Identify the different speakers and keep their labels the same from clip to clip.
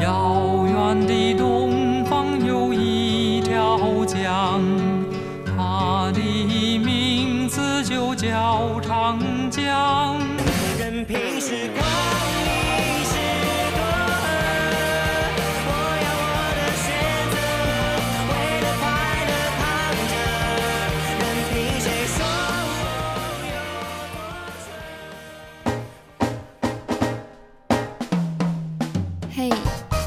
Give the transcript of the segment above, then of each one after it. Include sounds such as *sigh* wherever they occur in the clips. Speaker 1: 遥远的东方有一条江，它的名字就叫长江。
Speaker 2: 任凭时光一逝多，我要我的选择，为了快乐躺着，任凭谁说我有多蠢。
Speaker 3: 嘿、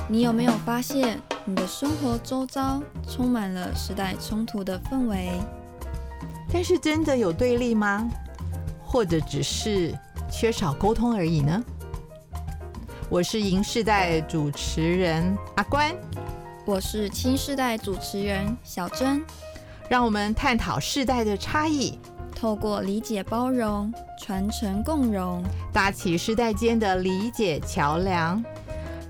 Speaker 3: 你有没有发现你的生活周遭充满了时代冲突的氛围？
Speaker 4: 但是真的有对立吗？或者只是缺少沟通而已呢？我是银世代主持人阿关，
Speaker 3: 我是新世代主持人小珍，
Speaker 4: 让我们探讨世代的差异，
Speaker 3: 透过理解包容、传承共荣，
Speaker 4: 搭起世代间的理解桥梁，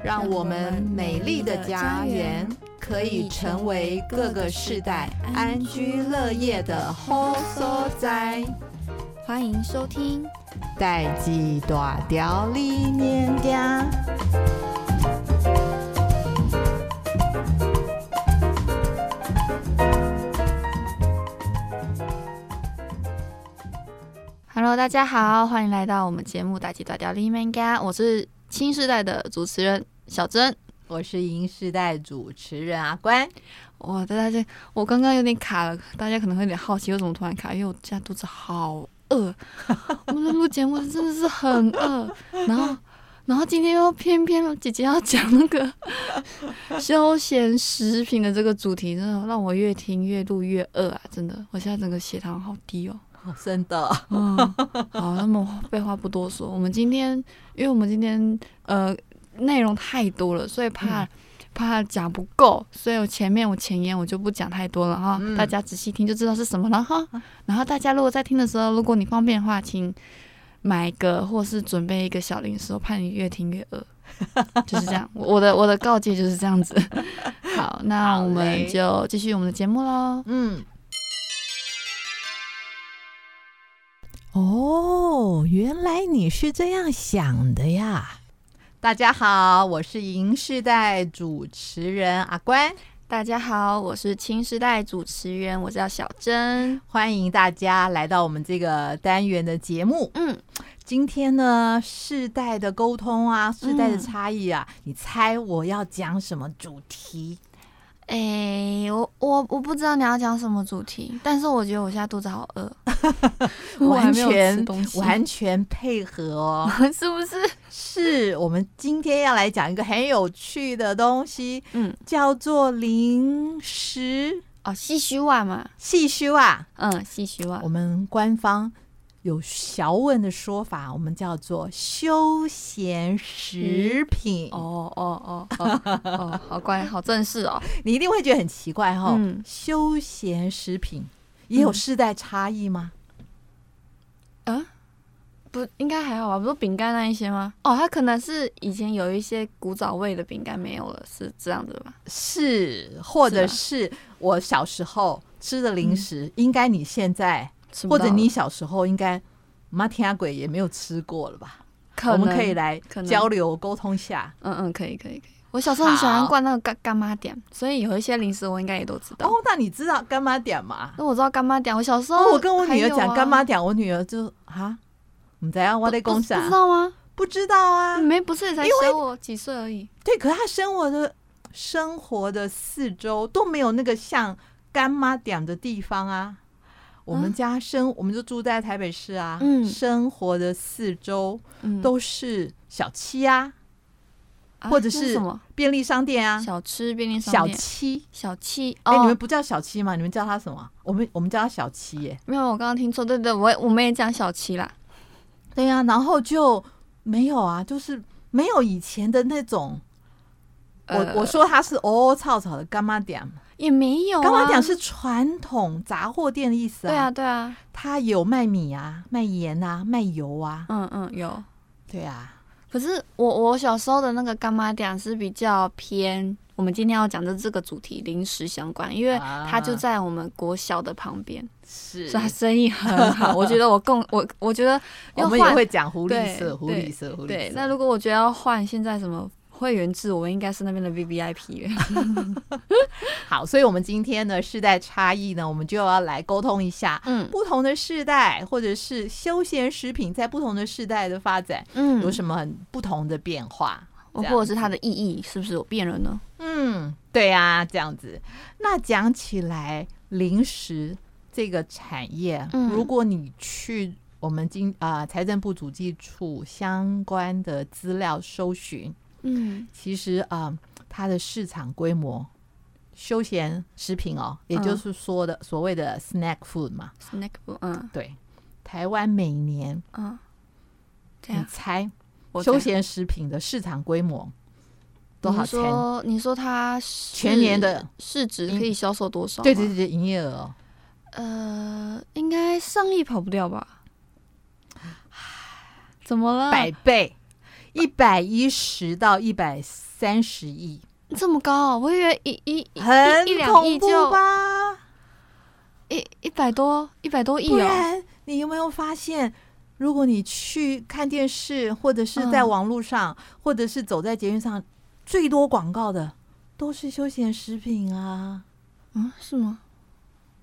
Speaker 4: 让我们美丽的家园可以成为各个世代安居乐业的好所在。
Speaker 3: 欢迎收听。
Speaker 4: 代际大调里面家。
Speaker 5: Hello，大家好，欢迎来到我们节目《大吉大调 l i m a n g a 我是新时代的主持人小珍。
Speaker 4: 我是银世代主持人阿关，
Speaker 5: 哇，大家这我刚刚有点卡了，大家可能会有点好奇为什么突然卡，因为我现在肚子好饿，我们在录节目真的是很饿，然后然后今天又偏偏姐姐要讲那个休闲食品的这个主题，真的让我越听越录越饿啊！真的，我现在整个血糖好低哦。
Speaker 4: 真的，
Speaker 5: 嗯，好，那么废话不多说，我们今天，因为我们今天呃内容太多了，所以怕、
Speaker 4: 嗯
Speaker 5: 怕讲不够，所以我前面我前言我就不讲太多了哈，
Speaker 4: 嗯
Speaker 5: 大家仔细听就知道是什么了哈。然后大家如果在听的时候，如果你方便的话，请买个或是准备一个小零食，我怕你越听越
Speaker 4: *laughs*
Speaker 5: 饿。就是这样，我的我的告诫就是这样子。好，那我
Speaker 4: 好嘞
Speaker 5: 们就继续我们的节目喽。
Speaker 4: 嗯。哦，原来你是这样想的呀！大家好，我是银世代主持人阿关，
Speaker 5: 大家好，我是青时代主持人，我叫小珍。
Speaker 4: 欢迎大家来到我们这个单元的节目。
Speaker 5: 嗯，
Speaker 4: 今天呢，世代的沟通啊，世代的
Speaker 5: 嗯
Speaker 4: 差异啊，你猜我要讲什么主题？
Speaker 5: 诶，哎我我我不知道你要讲什么主题，但是我觉得我现在肚子好 *laughs* 饿，我还
Speaker 4: 完
Speaker 5: 没有吃
Speaker 4: 全
Speaker 5: 东西，
Speaker 4: 完全配合哦。
Speaker 5: *laughs* 是不是？
Speaker 4: 是我们今天要来讲一个很有趣的东西，
Speaker 5: 嗯，
Speaker 4: 叫做零食
Speaker 5: 哦，西徐碗嘛，
Speaker 4: 细须啊。
Speaker 5: 嗯，西徐碗
Speaker 4: 我，们官方有小问的说法，我们叫做休闲食品。
Speaker 5: 哦哦哦哦哦，好乖，好正式哦，
Speaker 4: 你一定会觉得很奇怪哈、
Speaker 5: 嗯
Speaker 4: 休闲食品也有
Speaker 5: 嗯
Speaker 4: 世代差异吗？
Speaker 5: 啊，不应该还好啊吧？不是饼干那一些吗？哦，它可能是以前有一些古早味的饼干没有了，是这样子吧？
Speaker 4: 是，或者是我小时候吃的零食，应该你现在
Speaker 5: 吃不
Speaker 4: 或
Speaker 5: 到
Speaker 4: 者你
Speaker 5: 了
Speaker 4: 小时候应该妈天下鬼也没有吃过了吧？
Speaker 5: 可
Speaker 4: 我
Speaker 5: 能
Speaker 4: 们可以来
Speaker 5: 可能
Speaker 4: 交流沟通下。
Speaker 5: 嗯嗯，可以可以可以。我小时候很喜欢
Speaker 4: 好
Speaker 5: 逛那个干干妈店，所以有一些零食我应该也都知道。
Speaker 4: 哦，那你知道干妈点吗？
Speaker 5: 那我知道干妈店，我小时候、啊
Speaker 4: 哦，我跟我女儿讲干妈
Speaker 5: 店，
Speaker 4: 点，我女儿就啊，你怎样？我在公
Speaker 5: 不
Speaker 4: 啥
Speaker 5: 知？道吗？
Speaker 4: 不知道啊
Speaker 5: 你。没不是也才
Speaker 4: 因为
Speaker 5: 小我几岁而已。
Speaker 4: 对，可是她生活的生活的四周都没有那个像干妈点的地方啊。我们家生，我们就住在台北市啊，
Speaker 5: 嗯
Speaker 4: 生活的四周
Speaker 5: 嗯，
Speaker 4: 都是小七啊，
Speaker 5: 啊
Speaker 4: 或者
Speaker 5: 那是
Speaker 4: 是
Speaker 5: 什么
Speaker 4: 便利商店啊，
Speaker 5: 小吃便利商
Speaker 4: 小
Speaker 5: 店、
Speaker 4: 七。
Speaker 5: 小七
Speaker 4: 哎、
Speaker 5: 哦，
Speaker 4: 你们不叫小七吗？你们叫他什么？我们我们叫他小七耶、
Speaker 5: 没有？我刚刚听错，对对，我也我们也讲小七啦。
Speaker 4: 对呀、然后就没有啊，就是没有以前的那种。
Speaker 5: 呃
Speaker 4: 我我说它是哦哦草草的干妈店，
Speaker 5: 也没有、啊，
Speaker 4: 干妈店是传统杂货店的意哦思啊。
Speaker 5: 对啊，对啊，
Speaker 4: 它有卖米啊、卖盐啊、卖油啊。
Speaker 5: 嗯嗯有。
Speaker 4: 对啊，
Speaker 5: 可是我我小时候的那个干妈店是比较偏我们今天要讲的这个主题零食相关，因为它就
Speaker 4: 啊
Speaker 5: 在我们国小的旁边。
Speaker 4: 是
Speaker 5: 所以他生意很好。我觉得我更我我觉得
Speaker 4: 我
Speaker 5: 要
Speaker 4: 们也
Speaker 5: 换
Speaker 4: 会讲狐狸
Speaker 5: 对
Speaker 4: 色、狐
Speaker 5: 对
Speaker 4: 狸色、狐狸色。
Speaker 5: 对。那如果我觉得要换现在什么
Speaker 3: 会员制，我们应该是那边的 V V I P 员。
Speaker 4: 好，所以我们今天呢，世代差异呢，我们就要来沟通一下。
Speaker 3: 嗯
Speaker 4: 不同的世代，或者是休闲食品，在不同的世代的发展，
Speaker 3: 嗯
Speaker 4: 有什么很不同的变化？
Speaker 3: 或或
Speaker 4: 这
Speaker 3: 者
Speaker 4: 样
Speaker 3: 是它的意义是不是有变了呢？
Speaker 4: 嗯，对啊，这样子。那讲起来，零食这个产业，
Speaker 3: 嗯
Speaker 4: 如果你去我们经啊、财政部主计处相关的资料搜寻，
Speaker 3: 嗯，
Speaker 4: 其实啊、呃它的市场规模，休闲食品哦，也
Speaker 3: 嗯
Speaker 4: 就是说的、所谓的 snack food 嘛，
Speaker 3: 是那个不，嗯
Speaker 4: 对，台湾每年
Speaker 3: 嗯，这
Speaker 4: 你
Speaker 3: 样
Speaker 4: 猜
Speaker 3: 哎我
Speaker 4: 休
Speaker 3: 在
Speaker 4: 闲食品的市场规模多少
Speaker 3: 你
Speaker 4: 钱？
Speaker 3: 说你说它是
Speaker 4: 全年的
Speaker 3: 市值
Speaker 4: 营
Speaker 3: 可以销售多少？
Speaker 4: 对对，对，营业额哦、
Speaker 3: 呃，应该上亿跑不掉吧？怎么了？
Speaker 4: 百倍，一百一十到一百三十亿，
Speaker 3: 这么高、啊？我以为一一一
Speaker 4: 很
Speaker 3: 一一两亿
Speaker 4: 恐怖
Speaker 3: 就
Speaker 4: 吧？
Speaker 3: 一一百多一百多亿
Speaker 4: 不
Speaker 3: 哦。
Speaker 4: 然你有没有发现，如果你去看电视，或者是在
Speaker 3: 嗯
Speaker 4: 网络上，或者是走在捷运上，最多广告的都是休闲食品啊？
Speaker 3: 嗯，是吗？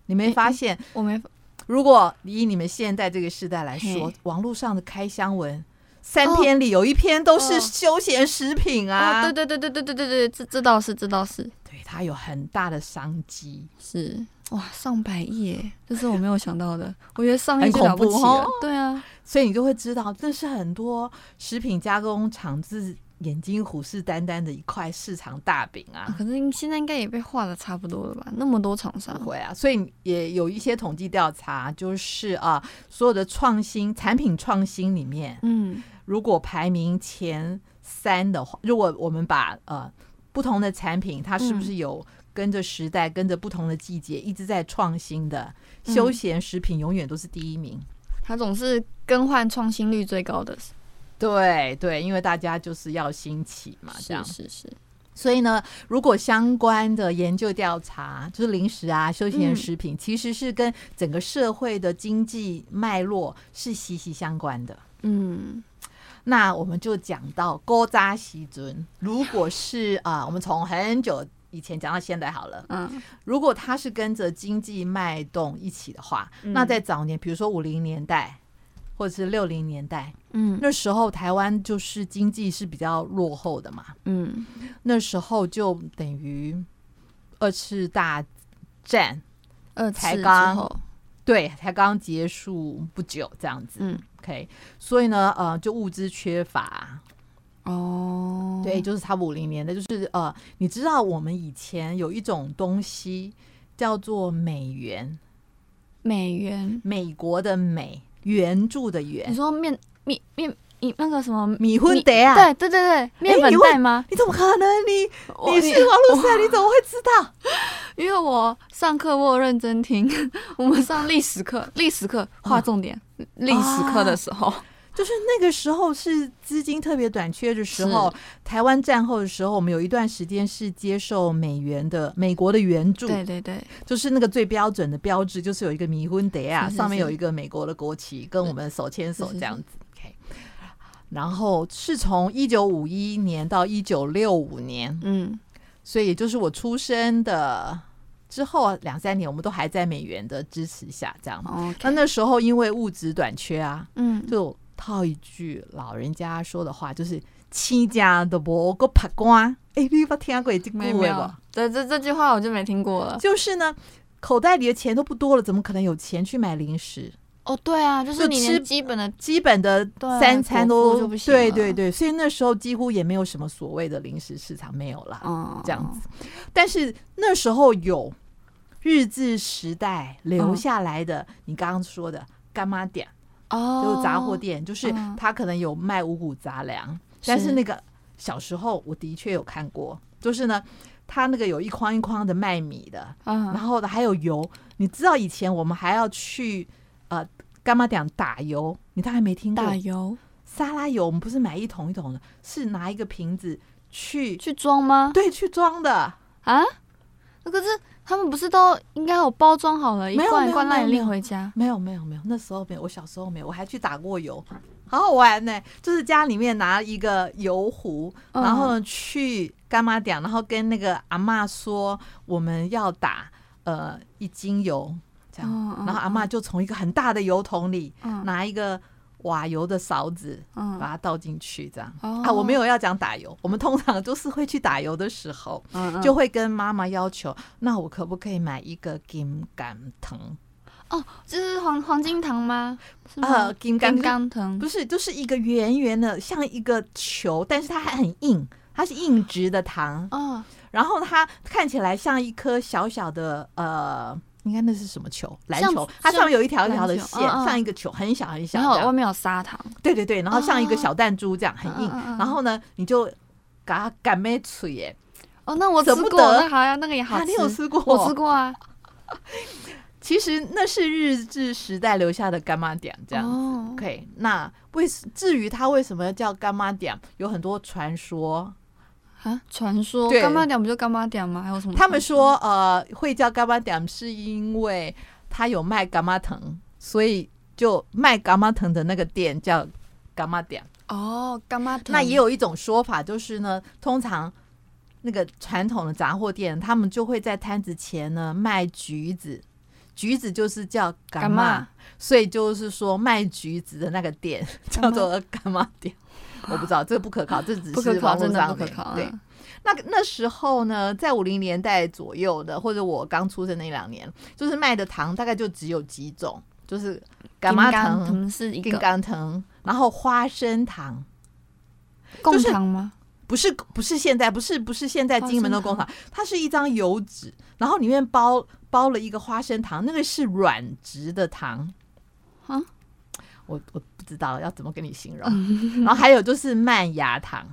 Speaker 4: 你没发现？
Speaker 3: 我没
Speaker 4: 如果以你们现在这个时代来说
Speaker 3: 嘿，
Speaker 4: 网络上的开箱文。三篇里有一篇都是
Speaker 3: 哦
Speaker 4: 休闲食品啊，
Speaker 3: 啊，对对对对对对对对，这这倒是这倒是
Speaker 4: 对它有很大的商机。
Speaker 3: 是哇，上百亿耶，这是我没有想到的。 *laughs* 我觉得上
Speaker 4: 很
Speaker 3: 亿就了
Speaker 4: 恐
Speaker 3: 不
Speaker 4: 怖
Speaker 3: 起了
Speaker 4: 哦，
Speaker 3: 对啊，
Speaker 4: 所以你就会知道，这是很多食品加工厂自眼睛虎视眈眈的一块市场大饼啊。
Speaker 3: 啊可是现在应该也被画的差不多了吧？那么多厂商，哦
Speaker 4: 会啊，所以也有一些统计调查，就是啊，所有的创新产品创新里面，
Speaker 3: 嗯
Speaker 4: 如果排名前三的话，如果我们把呃不同的产品，它是不
Speaker 3: 嗯
Speaker 4: 是有跟着时代、跟着不同的季节一直在创新的？
Speaker 3: 嗯
Speaker 4: 休闲食品永远都是第一名。
Speaker 3: 它总是更换创新率最高的，
Speaker 4: 对对，因为大家就是要新奇嘛，这样。
Speaker 3: 是是是，
Speaker 4: 所以呢，如果相关的研究调查，就是零食啊、休
Speaker 3: 嗯
Speaker 4: 闲食品，其实是跟整个社会的经济脉络是息息相关的。
Speaker 3: 嗯
Speaker 4: 那我们就讲到勾扎西尊，如果是啊、我们从很久以前讲到现在好了，
Speaker 3: 嗯
Speaker 4: 如果它是跟着经济脉动一起的话，
Speaker 3: 嗯
Speaker 4: 那在早年，比如说五零年代或者是六零年代，
Speaker 3: 嗯
Speaker 4: 那时候台湾就是经济是比较落后的嘛，
Speaker 3: 嗯
Speaker 4: 那时候就等于二次大战，
Speaker 3: 二次
Speaker 4: 才
Speaker 3: 之
Speaker 4: 刚
Speaker 3: 后，
Speaker 4: 对，才刚结束不久这样子。
Speaker 3: 嗯
Speaker 4: OK，所以呢，呃，就物资缺乏，
Speaker 3: 哦，
Speaker 4: 对，就是差五零年的，就是呃，你知道我们以前有一种东西叫做美元，
Speaker 3: 美元，
Speaker 4: 美国的美，援助的
Speaker 3: 你
Speaker 4: 援，
Speaker 3: 说面面面你那个什么
Speaker 4: 米混德啊，
Speaker 3: 对对对对，面粉
Speaker 4: 你会
Speaker 3: 袋吗？
Speaker 4: 你怎么可能？你
Speaker 3: 我
Speaker 4: 你是王
Speaker 3: 啊
Speaker 4: 老师，你怎么会知道？ *laughs*
Speaker 3: 因为我上课我有认真听， *laughs* 我们上历史课，历史课划重点，嗯啊历史课的时候，
Speaker 4: 就是那个时候是资金特别短缺的时候，台湾战后的时候，我们有一段时间是接受美元的美国的援助，
Speaker 3: 对对对，
Speaker 4: 就是那个最标准的标志，就是有一个迷魂碟啊， *laughs*
Speaker 3: 是是
Speaker 4: 上面
Speaker 3: 是
Speaker 4: 有一个美国的国旗，跟我们手牵手
Speaker 3: 是是
Speaker 4: 这样子。OK，然后是从一九五一年到一九六五年，
Speaker 3: 嗯
Speaker 4: 所以也就是我出生的之后啊两三年，我们都还在美元的支持下这样。那
Speaker 3: ，OK，
Speaker 4: 那时候因为物质短缺啊，
Speaker 3: 嗯，
Speaker 4: 就套一句老人家说的话，就是“亲家的无个拍瓜”。哎，你有没有听过这句
Speaker 3: 没
Speaker 4: 话
Speaker 3: 有
Speaker 4: 不？，
Speaker 3: 对这这句话我就没听过了。
Speaker 4: 就是呢，口袋里的钱都不多了，怎么可能有钱去买零食？
Speaker 3: 哦，对啊，就
Speaker 4: 就是
Speaker 3: 你
Speaker 4: 吃
Speaker 3: 连基本的
Speaker 4: 基本的
Speaker 3: 啊
Speaker 4: 三餐
Speaker 3: 果
Speaker 4: 都
Speaker 3: 腹就不行了
Speaker 4: 对对对，所以那时候几乎也没有什么所谓的零食市场，没有啦。
Speaker 3: 哦
Speaker 4: 这样子，但是那时候有日治时代留
Speaker 3: 嗯
Speaker 4: 下来的，你刚刚说的干妈点。
Speaker 3: 哦，
Speaker 4: 就是杂货店，就是
Speaker 3: 嗯
Speaker 4: 他可能有卖五谷杂粮，但是
Speaker 3: 是
Speaker 4: 那个小时候我的确有看过，就是呢，他那个有一筐一筐的卖米的，然
Speaker 3: 啊，
Speaker 4: 后呢还有油，你知道以前我们还要去呃干嘛讲打油，你大概没听过
Speaker 3: 打油
Speaker 4: 沙拉油，我们不是买一桶一桶的，是拿一个瓶子去
Speaker 3: 去装吗？
Speaker 4: 对去装的，
Speaker 3: 啊，可是他们不是都应该有包装好了，一
Speaker 4: 没有
Speaker 3: 罐
Speaker 4: 没
Speaker 3: 一
Speaker 4: 有
Speaker 3: 罐
Speaker 4: 没有
Speaker 3: 让你
Speaker 4: 没有
Speaker 3: 拎回家
Speaker 4: 没有没有没有，那时候没有，我小时候没有，我还去打过油，好好玩呢、就是家里面拿一个油壶，
Speaker 3: 嗯
Speaker 4: 然后呢去干妈店，然后跟那个阿嬷说我们要打呃一斤油这样，
Speaker 3: 嗯嗯
Speaker 4: 然后阿嬷就从一个很大的油桶里
Speaker 3: 嗯
Speaker 4: 拿一个瓦油的勺子，
Speaker 3: 嗯
Speaker 4: 把它倒进去这样。
Speaker 3: 哦
Speaker 4: 啊啊，我没有要讲打油，我们通常都是会去打油的时候，
Speaker 3: 嗯嗯
Speaker 4: 就会跟妈妈要求，那我可不可以买一个金甘藤？
Speaker 3: 哦，这是黄黄金糖吗？是吗
Speaker 4: 呃金刚
Speaker 3: 嗯金刚藤
Speaker 4: 不是，就是一个圆圆的，像一个球，但是它还很硬，它是硬直的糖，
Speaker 3: 哦，
Speaker 4: 然后它看起来像一颗小小的呃。应该那是什么球？篮
Speaker 3: 像
Speaker 4: 球，它上面有一条一
Speaker 3: 像
Speaker 4: 条的
Speaker 3: 篮球
Speaker 4: 线，
Speaker 3: 嗯嗯
Speaker 4: 像一个球，很小很小
Speaker 3: 然
Speaker 4: 这
Speaker 3: 后哦
Speaker 4: 样。
Speaker 3: 外面有砂糖，
Speaker 4: 对对对，然后像一个
Speaker 3: 哦
Speaker 4: 小弹珠这样，很硬
Speaker 3: 嗯嗯嗯。嗯
Speaker 4: 然后呢，你就嘎嘎咩脆耶，
Speaker 3: 哦，那我吃
Speaker 4: 舍不
Speaker 3: 过，
Speaker 4: 得
Speaker 3: 那好像那个也好
Speaker 4: 啊，
Speaker 3: 吃，
Speaker 4: 你有吃过？
Speaker 3: 我吃。过啊，
Speaker 4: 其实那是日治时代留下的干妈点，这样。
Speaker 3: 哦，
Speaker 4: OK，那为至于它为什么叫干妈点，有很多传说。
Speaker 3: 啊，传说
Speaker 4: 对
Speaker 3: 干妈点不就干妈点吗？还有什么传？
Speaker 4: *laughs* 他们说，呃，会叫干妈点是因为他有卖干妈藤，所以就卖干妈藤的那个店叫干妈点。
Speaker 3: 哦，干妈藤
Speaker 4: 那也有一种说法，就是呢，通常那个传统的杂货店，他们就会在摊子前呢卖橘子，橘子就是叫干
Speaker 3: 干妈
Speaker 4: 妈，所以就是说卖橘子的那个
Speaker 3: *laughs*
Speaker 4: 店叫做干妈
Speaker 3: *sighs*
Speaker 4: 店。我不知道，这个不可靠，这只
Speaker 3: 嗯不
Speaker 4: 是
Speaker 3: 可考，
Speaker 4: 网络
Speaker 3: 真的
Speaker 4: 上
Speaker 3: 不可
Speaker 4: 面
Speaker 3: 考。
Speaker 4: 对
Speaker 3: 嗯，
Speaker 4: 那那时候呢，在五零年代左右的，或者我刚出生那两年，就是卖的糖大概就只有几种，就是干妈
Speaker 3: 金刚
Speaker 4: 糖、
Speaker 3: 藤是一
Speaker 4: 金
Speaker 3: 个
Speaker 4: 刚藤，然后花生糖。
Speaker 3: 贡
Speaker 4: 就是
Speaker 3: 糖吗？
Speaker 4: 不是不是现在不是不是哦现在
Speaker 3: 花
Speaker 4: 金门
Speaker 3: 生
Speaker 4: 的工厂，它是一张油纸，然后里面包包了一个花生糖，那个是软质的糖。
Speaker 3: 啊，
Speaker 4: 我我不知道要怎么跟你形容。然 *laughs* 后还有就是麦芽糖，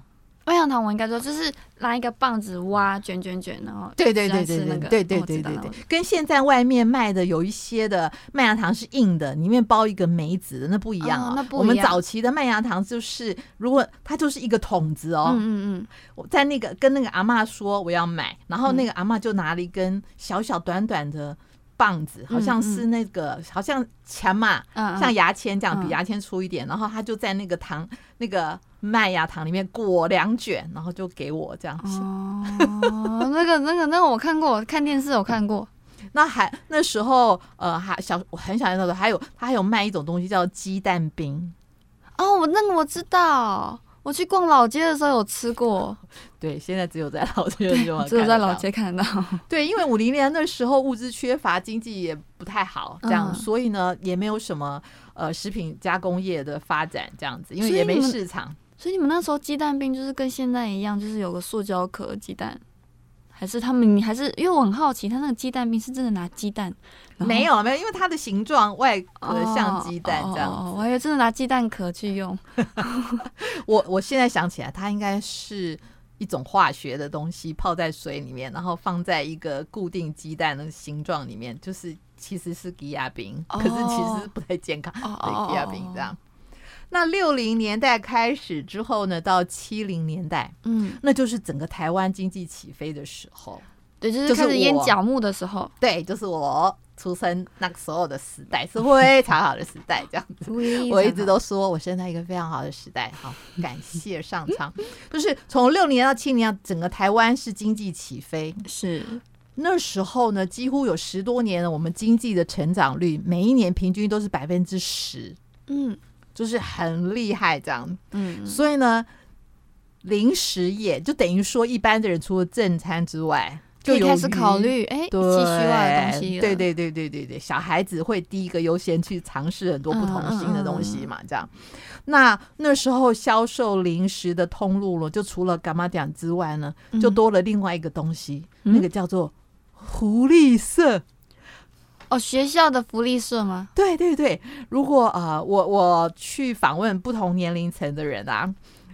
Speaker 3: 麦芽糖我应该说就是拿一个棒子挖卷卷卷，哦然后
Speaker 4: 对对
Speaker 3: 喜欢
Speaker 4: 对对
Speaker 3: 吃那
Speaker 4: 对
Speaker 3: 个
Speaker 4: 对
Speaker 3: 哦
Speaker 4: 对
Speaker 3: 我
Speaker 4: 对
Speaker 3: 知道
Speaker 4: 对
Speaker 3: 了
Speaker 4: 对，跟现在外面卖的有一些的麦芽糖是硬的，里面包一个梅子的，那不一样
Speaker 3: 哦那不
Speaker 4: 我们
Speaker 3: 一样
Speaker 4: 早期的麦芽糖就是，如果它就是一个桶子哦，
Speaker 3: 嗯嗯
Speaker 4: 我在那个跟那个阿嬷说我要买，然后那个阿嬷就拿了一根小小短短的棒子，好
Speaker 3: 嗯
Speaker 4: 像是那个、好像钱嘛，
Speaker 3: 嗯嗯，
Speaker 4: 像牙签这样，比
Speaker 3: 嗯
Speaker 4: 牙签粗一点。然后他就在那个糖那个麦芽糖里面裹两卷，然后就给我这样子。
Speaker 3: 哦， *laughs* 那个那个那个我看过，我看电视有看过，
Speaker 4: 那还那时候呃还小，我很小的时候还有他还有卖一种东西叫鸡蛋冰，嗯
Speaker 3: 哦，我那个我知道，我去逛老街的时候有吃过，
Speaker 4: 对，现在只有在老街的地方
Speaker 3: 只有在
Speaker 4: 哦看得
Speaker 3: 老
Speaker 4: 到
Speaker 3: 街看得到。 *laughs*
Speaker 4: 对，因为五零年那时候物资缺乏，经济也不太好，这样，
Speaker 3: 嗯
Speaker 4: 所以呢也没有什么呃食品加工业的发展，这样子，因为
Speaker 3: 所以
Speaker 4: 也没
Speaker 3: 你们
Speaker 4: 市场。
Speaker 3: 所以你们那时候鸡蛋冰就是跟现在一样，就是有个塑胶壳的鸡蛋，还是他们？你还是因为我很好奇，他那个鸡蛋冰是真的拿鸡蛋？然后
Speaker 4: 没有没有，因为它的形状外壳像鸡蛋这样。
Speaker 3: 哦哦哦哦哦我还以为真的拿鸡蛋壳去用。
Speaker 4: 我我现在想起来，它应该是一种化学的东西，泡在水里面，然后放在一个固定鸡蛋的形状里面，就是其实是吉亚饼，可是其实
Speaker 3: 哦
Speaker 4: 不太健康。
Speaker 3: 哦
Speaker 4: 对，
Speaker 3: 哦
Speaker 4: 比亚
Speaker 3: 哦
Speaker 4: 饼
Speaker 3: 哦
Speaker 4: 这样。那六零年代开始之后呢，到七零年代，
Speaker 3: 嗯，
Speaker 4: 那就是整个台湾经济起飞的时候。
Speaker 3: 对，就
Speaker 4: 就是是
Speaker 3: 开始腌
Speaker 4: 我
Speaker 3: 角木的时候。
Speaker 4: 对，就是我出生那个时候的时代是非常好的时代， *laughs* 这样子。我一直都说我生在一个非常好的时代，好，感谢上 *laughs* 苍。就是从六年到七年，整个台湾是经济起飞。
Speaker 3: 是
Speaker 4: 那时候呢，几乎有十多年了，我们经济的成长率每一年平均都是百分之十，
Speaker 3: 嗯
Speaker 4: 就是很厉害这样。
Speaker 3: 嗯
Speaker 4: 所以呢，零食业就等于说一般的人除了正餐之外，
Speaker 3: 就
Speaker 4: 就
Speaker 3: 开始
Speaker 4: 由于
Speaker 3: 考虑哎，急
Speaker 4: 对
Speaker 3: 需要的东西了。
Speaker 4: 对对对对对对，小孩子会第一个优先去尝试很多不
Speaker 3: 嗯
Speaker 4: 同新的东西嘛，这样。那那时候销售零食的通路了，就除了干妈店之外呢，就
Speaker 3: 嗯
Speaker 4: 多了另外一个东西，
Speaker 3: 嗯
Speaker 4: 那个叫做狐狸色。
Speaker 3: 哦，学校的福利社吗？
Speaker 4: 对对对，如果呃，我我去访问不同年龄层的人啊，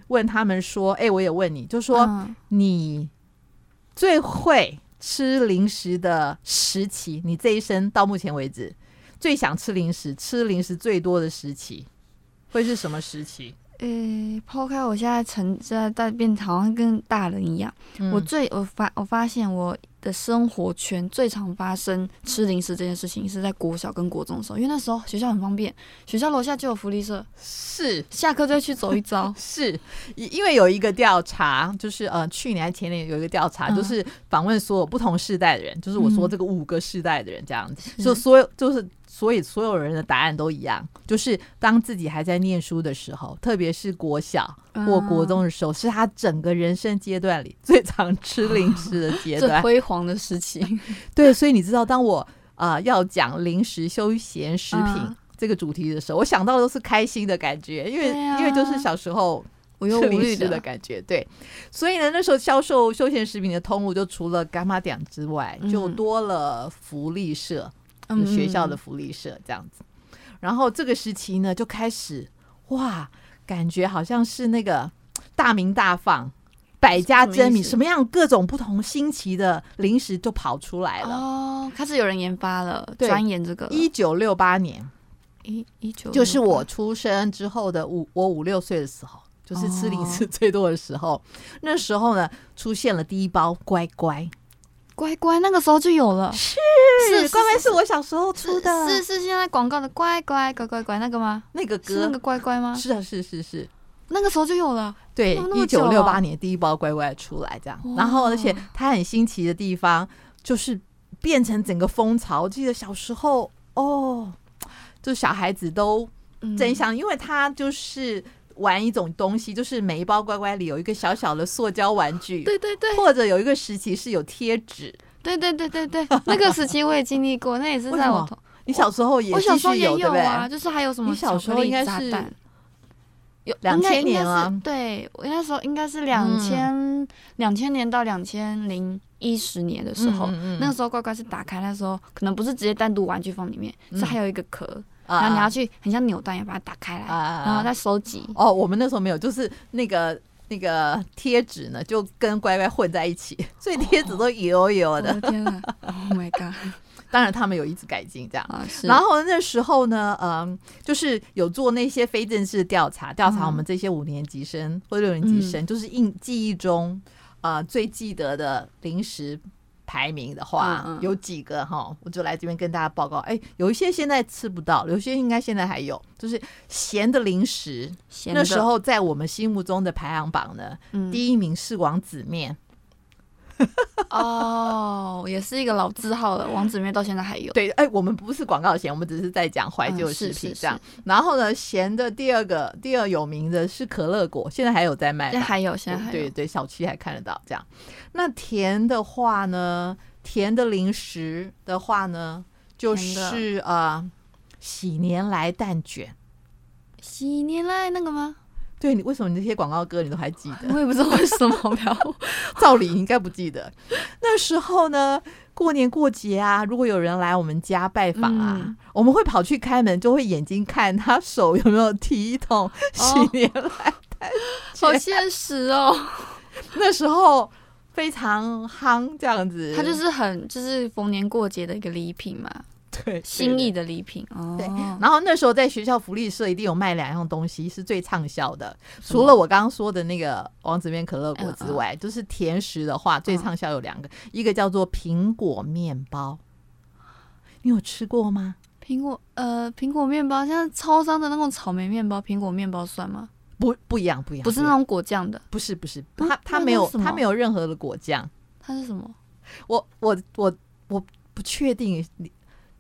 Speaker 4: 问他们说，哎、我也问你，就说、
Speaker 3: 嗯
Speaker 4: 你最会吃零食的时期，你这一生到目前为止最想吃零食、吃零食最多的时期，会是什么时期？
Speaker 5: 呃，抛开我现在成现在在变，好像跟大人一样。我
Speaker 4: 嗯
Speaker 5: 最我发我发现我的生活圈最常发生吃零食这件事情是在国小跟国中的时候，因为那时候学校很方便，学校楼下就有福利社，
Speaker 4: 是。
Speaker 5: 下课就会去走一遭
Speaker 4: 是，因因为有一个调查，就是呃，去年还前年有一个调查，就
Speaker 5: 嗯
Speaker 4: 是访问所有不同世代的人，就是我说
Speaker 5: 嗯
Speaker 4: 这个五个世代的人这样子，
Speaker 5: 是
Speaker 4: 就所有就是所以所有人的答案都一样，就是当自己还在念书的时候，特别是国小
Speaker 5: 嗯
Speaker 4: 或国中的时候，是他整个人生阶段里最常吃零食的啊阶
Speaker 5: *laughs* 最
Speaker 4: 段。
Speaker 5: 辉煌的时期，
Speaker 4: 对，所以你知道，当我呃要讲零食休闲食品。
Speaker 5: 嗯
Speaker 4: 这个主题的时候，我想到的都是开心的感觉，因为、
Speaker 5: 对
Speaker 4: 因为就是
Speaker 5: 啊
Speaker 4: 小时候
Speaker 5: 无忧
Speaker 4: 吃
Speaker 5: 无
Speaker 4: 零
Speaker 5: 虑
Speaker 4: 食的
Speaker 5: 的， *laughs*
Speaker 4: 感觉，对。所以呢，那时候销售休闲食品的通路，就除了干妈店之外，就
Speaker 5: 嗯
Speaker 4: 多了福利社，
Speaker 5: 嗯
Speaker 4: 就学校的福利社这样子。然后这个时期呢，就开始哇，感觉好像是那个大鸣大放。百家
Speaker 5: 什么意
Speaker 4: 争鸣，
Speaker 5: 思
Speaker 4: 什么样各种不同新奇的零食就跑出来了。
Speaker 5: 哦，开始有人研发了，
Speaker 4: 对
Speaker 5: 钻研这个了
Speaker 4: 一九六八年，
Speaker 5: 一一九，
Speaker 4: 就是我出生之后的五，我五六岁的时候，就是吃零
Speaker 5: 哦
Speaker 4: 食最多的时候。那时候呢，出现了第一包乖乖，
Speaker 5: 乖乖，那个时候就有了，是是
Speaker 4: 乖乖是我小时候出的，
Speaker 5: 是是现在广告的乖乖乖乖乖那个吗？
Speaker 4: 那个
Speaker 5: 是那
Speaker 4: 歌
Speaker 5: 个，乖乖吗？
Speaker 4: 是啊，是是是，
Speaker 5: 那个时候就有了，
Speaker 4: 对
Speaker 5: 哇，那
Speaker 4: 一
Speaker 5: 么久哦
Speaker 4: 九
Speaker 5: 啊
Speaker 4: 六八年第一包乖乖出来这样，然后
Speaker 5: 哇
Speaker 4: 而且它很新奇的地方就是变成整个风潮。我记得小时候哦，就小孩子都
Speaker 5: 嗯
Speaker 4: 真香，因为它就是玩一种东西，就是每一包乖乖里有一个小小的塑胶玩具，
Speaker 5: 对对对
Speaker 4: 或者有一个时期是有贴纸。
Speaker 5: 对对对对对，那个时期我也经历过，那也是
Speaker 4: 为
Speaker 5: 在
Speaker 4: 什
Speaker 5: 我
Speaker 4: 么
Speaker 5: 同
Speaker 4: 你小时候也
Speaker 5: 我
Speaker 4: 继
Speaker 5: 小时候
Speaker 4: 续
Speaker 5: 也
Speaker 4: 对不对？
Speaker 5: 啊，就是还有什么
Speaker 4: 你小时候
Speaker 5: 巧克力
Speaker 4: 应该
Speaker 5: 炸
Speaker 4: 是
Speaker 5: 弹有
Speaker 4: 2000
Speaker 5: 应该应该
Speaker 4: 年
Speaker 5: 是
Speaker 4: 啊
Speaker 5: 对，我那时候应该是两千两千年到两千零一十年的时候。
Speaker 4: 嗯嗯嗯
Speaker 5: 那个时候乖乖是打开，那时候可能不是直接单独玩具放里面，
Speaker 4: 嗯
Speaker 5: 是还有一个壳，
Speaker 4: 啊
Speaker 5: 然后你要去很像扭蛋一样把它打开来，
Speaker 4: 啊啊
Speaker 5: 然后再收集。
Speaker 4: 哦，我们那时候没有，就是那个那个贴纸呢，就跟乖乖混在一起，所以贴纸都油油
Speaker 5: 我
Speaker 4: 的。
Speaker 5: 的天啊！Oh my
Speaker 4: *laughs*
Speaker 5: god！
Speaker 4: 当然，他们有一直改进这样。
Speaker 5: 啊，是。
Speaker 4: 然后那时候呢，嗯，就是有做那些非正式调查，调
Speaker 5: 嗯
Speaker 4: 查我们这些五年级生或六年级生，就是印记忆中呃最记得的零食排名的话，
Speaker 5: 嗯嗯
Speaker 4: 有几个哈，我就来这边跟大家报告。哎，有一些现在吃不到，有些应该现在还有，就是咸的零食，
Speaker 5: 咸
Speaker 4: 那
Speaker 5: 的
Speaker 4: 时候在我们心目中的排行榜呢，
Speaker 5: 嗯
Speaker 4: 第一名是王子面，
Speaker 5: 哦，也是一个老字号了，王子面到现在还有。
Speaker 4: 对，哎、我们不是广告咸，我们只是在讲怀旧
Speaker 5: 嗯
Speaker 4: 食
Speaker 5: 是
Speaker 4: 品
Speaker 5: 是
Speaker 4: 这样。然后呢，咸的第二个第二有名的是可乐果，现在还有在卖吧，
Speaker 5: 现在还有，现在
Speaker 4: 对
Speaker 5: 还
Speaker 4: 对
Speaker 5: 有。
Speaker 4: 对，小区还看得到这样。那甜的话呢，甜的零食的话呢，就
Speaker 5: 甜的
Speaker 4: 是呃喜年来蛋卷。
Speaker 5: 喜年来那个吗？
Speaker 4: 对你为什么你这些广告歌你都还记得？
Speaker 5: 我也不知道为什么，不要。
Speaker 4: 照理你应该不记得。那时候呢，过年过节啊，如果有人来我们家拜访啊，
Speaker 5: 嗯
Speaker 4: 我们会跑去开门，就会眼睛看他手有没有提一
Speaker 5: 哦
Speaker 4: 桶喜年来。
Speaker 5: *laughs* 好现实哦，
Speaker 4: *laughs* 那时候非常夯，这样子，
Speaker 5: 它就是很就是逢年过节的一个礼品嘛，
Speaker 4: 对
Speaker 5: 心。意
Speaker 4: 对
Speaker 5: 的礼品哦。
Speaker 4: 对，然后那时候在学校福利社一定有卖两样东西是最畅销的，除了我刚刚说的那个王子面可乐果
Speaker 5: 嗯
Speaker 4: 之外，就是甜食的话最畅销有两个，一个叫做苹果面包，你有吃过吗？
Speaker 5: 苹果呃苹果面包，现在超商的那种草莓面包，苹果面包算吗？
Speaker 4: 不不一样，不一样，
Speaker 5: 不是那
Speaker 4: 一样
Speaker 5: 种果酱的，
Speaker 4: 不是不是，
Speaker 5: 嗯
Speaker 4: 它它
Speaker 5: 那
Speaker 4: 没
Speaker 5: 那
Speaker 4: 有
Speaker 5: 是什么
Speaker 4: 它没有任何的果酱。
Speaker 5: 它是什么？
Speaker 4: 我我我我不确定，你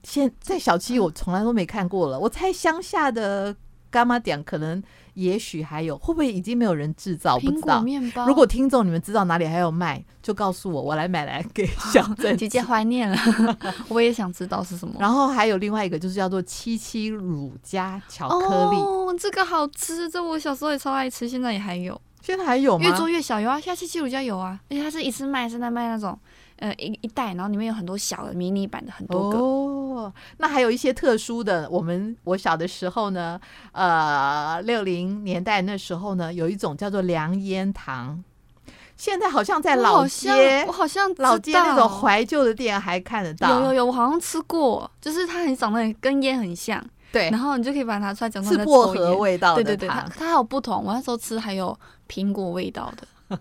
Speaker 4: 现在小七我从来都没看过了。我猜乡下的干妈店可能也许还有，会不会已经没有人制造？不
Speaker 5: 苹
Speaker 4: 知
Speaker 5: 果
Speaker 4: 道。
Speaker 5: 面包。
Speaker 4: 如果听众你们知道哪里还有卖，就告诉我，我来买来
Speaker 5: *laughs*
Speaker 4: 给小郑
Speaker 5: 姐
Speaker 4: 吃。
Speaker 5: 姐
Speaker 4: *laughs*
Speaker 5: 怀念了，我也想知道是什么。
Speaker 4: 然后还有另外一个就是叫做七七乳加巧克力，
Speaker 5: 哦，这个好吃，这我小时候也超爱吃，现在也还有，
Speaker 4: 现在还有
Speaker 5: 越
Speaker 4: 吗？
Speaker 5: 做越小有啊，下期七乳家有啊，而且它是一次卖，是在卖那种呃一一袋，然后里面有很多小的迷你版的很多个，
Speaker 4: 哦，那还有一些特殊的，我们我小的时候呢，呃，六零年代那时候呢，有一种叫做凉烟糖，现在好像在
Speaker 5: 我
Speaker 4: 老
Speaker 5: 好像
Speaker 4: 街
Speaker 3: 哦
Speaker 5: 我好像知
Speaker 4: 老街那种
Speaker 5: 道
Speaker 4: 怀旧的店还看得到。
Speaker 5: 有有有，我好像吃过，就是它很长得跟烟很像，
Speaker 4: 对
Speaker 3: 然，后你就可以把它拿出来，假装
Speaker 4: 是
Speaker 3: 在
Speaker 4: 薄
Speaker 3: 抽
Speaker 4: 荷
Speaker 3: 烟。
Speaker 4: 味道的
Speaker 3: 对对对，它
Speaker 4: 糖
Speaker 3: 它还有不同。我那时候吃还有苹果味道的，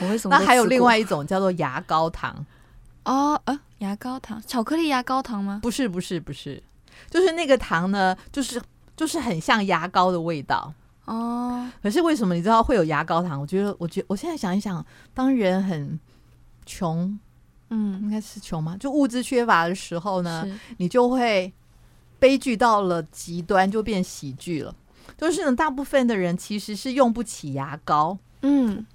Speaker 3: 我为什么
Speaker 4: 那
Speaker 3: 都
Speaker 4: 还有
Speaker 3: 吃
Speaker 4: 另
Speaker 3: 过
Speaker 4: 外一种叫做牙膏糖，
Speaker 3: 哦呃牙膏糖，巧克力牙膏糖吗？
Speaker 4: 不是不是不是，就是那个糖呢，就是就是很像牙膏的味道。
Speaker 3: 哦，
Speaker 4: 可是为什么你知道会有牙膏糖？我觉得，我觉我现在想一想，当人很穷，
Speaker 3: 嗯，
Speaker 4: 应该是穷吗？就物资缺乏的时候呢，
Speaker 3: 是
Speaker 4: 你就会悲剧到了极端，就变喜剧了。就是呢，大部分的人其实是用不起牙膏，
Speaker 3: 嗯，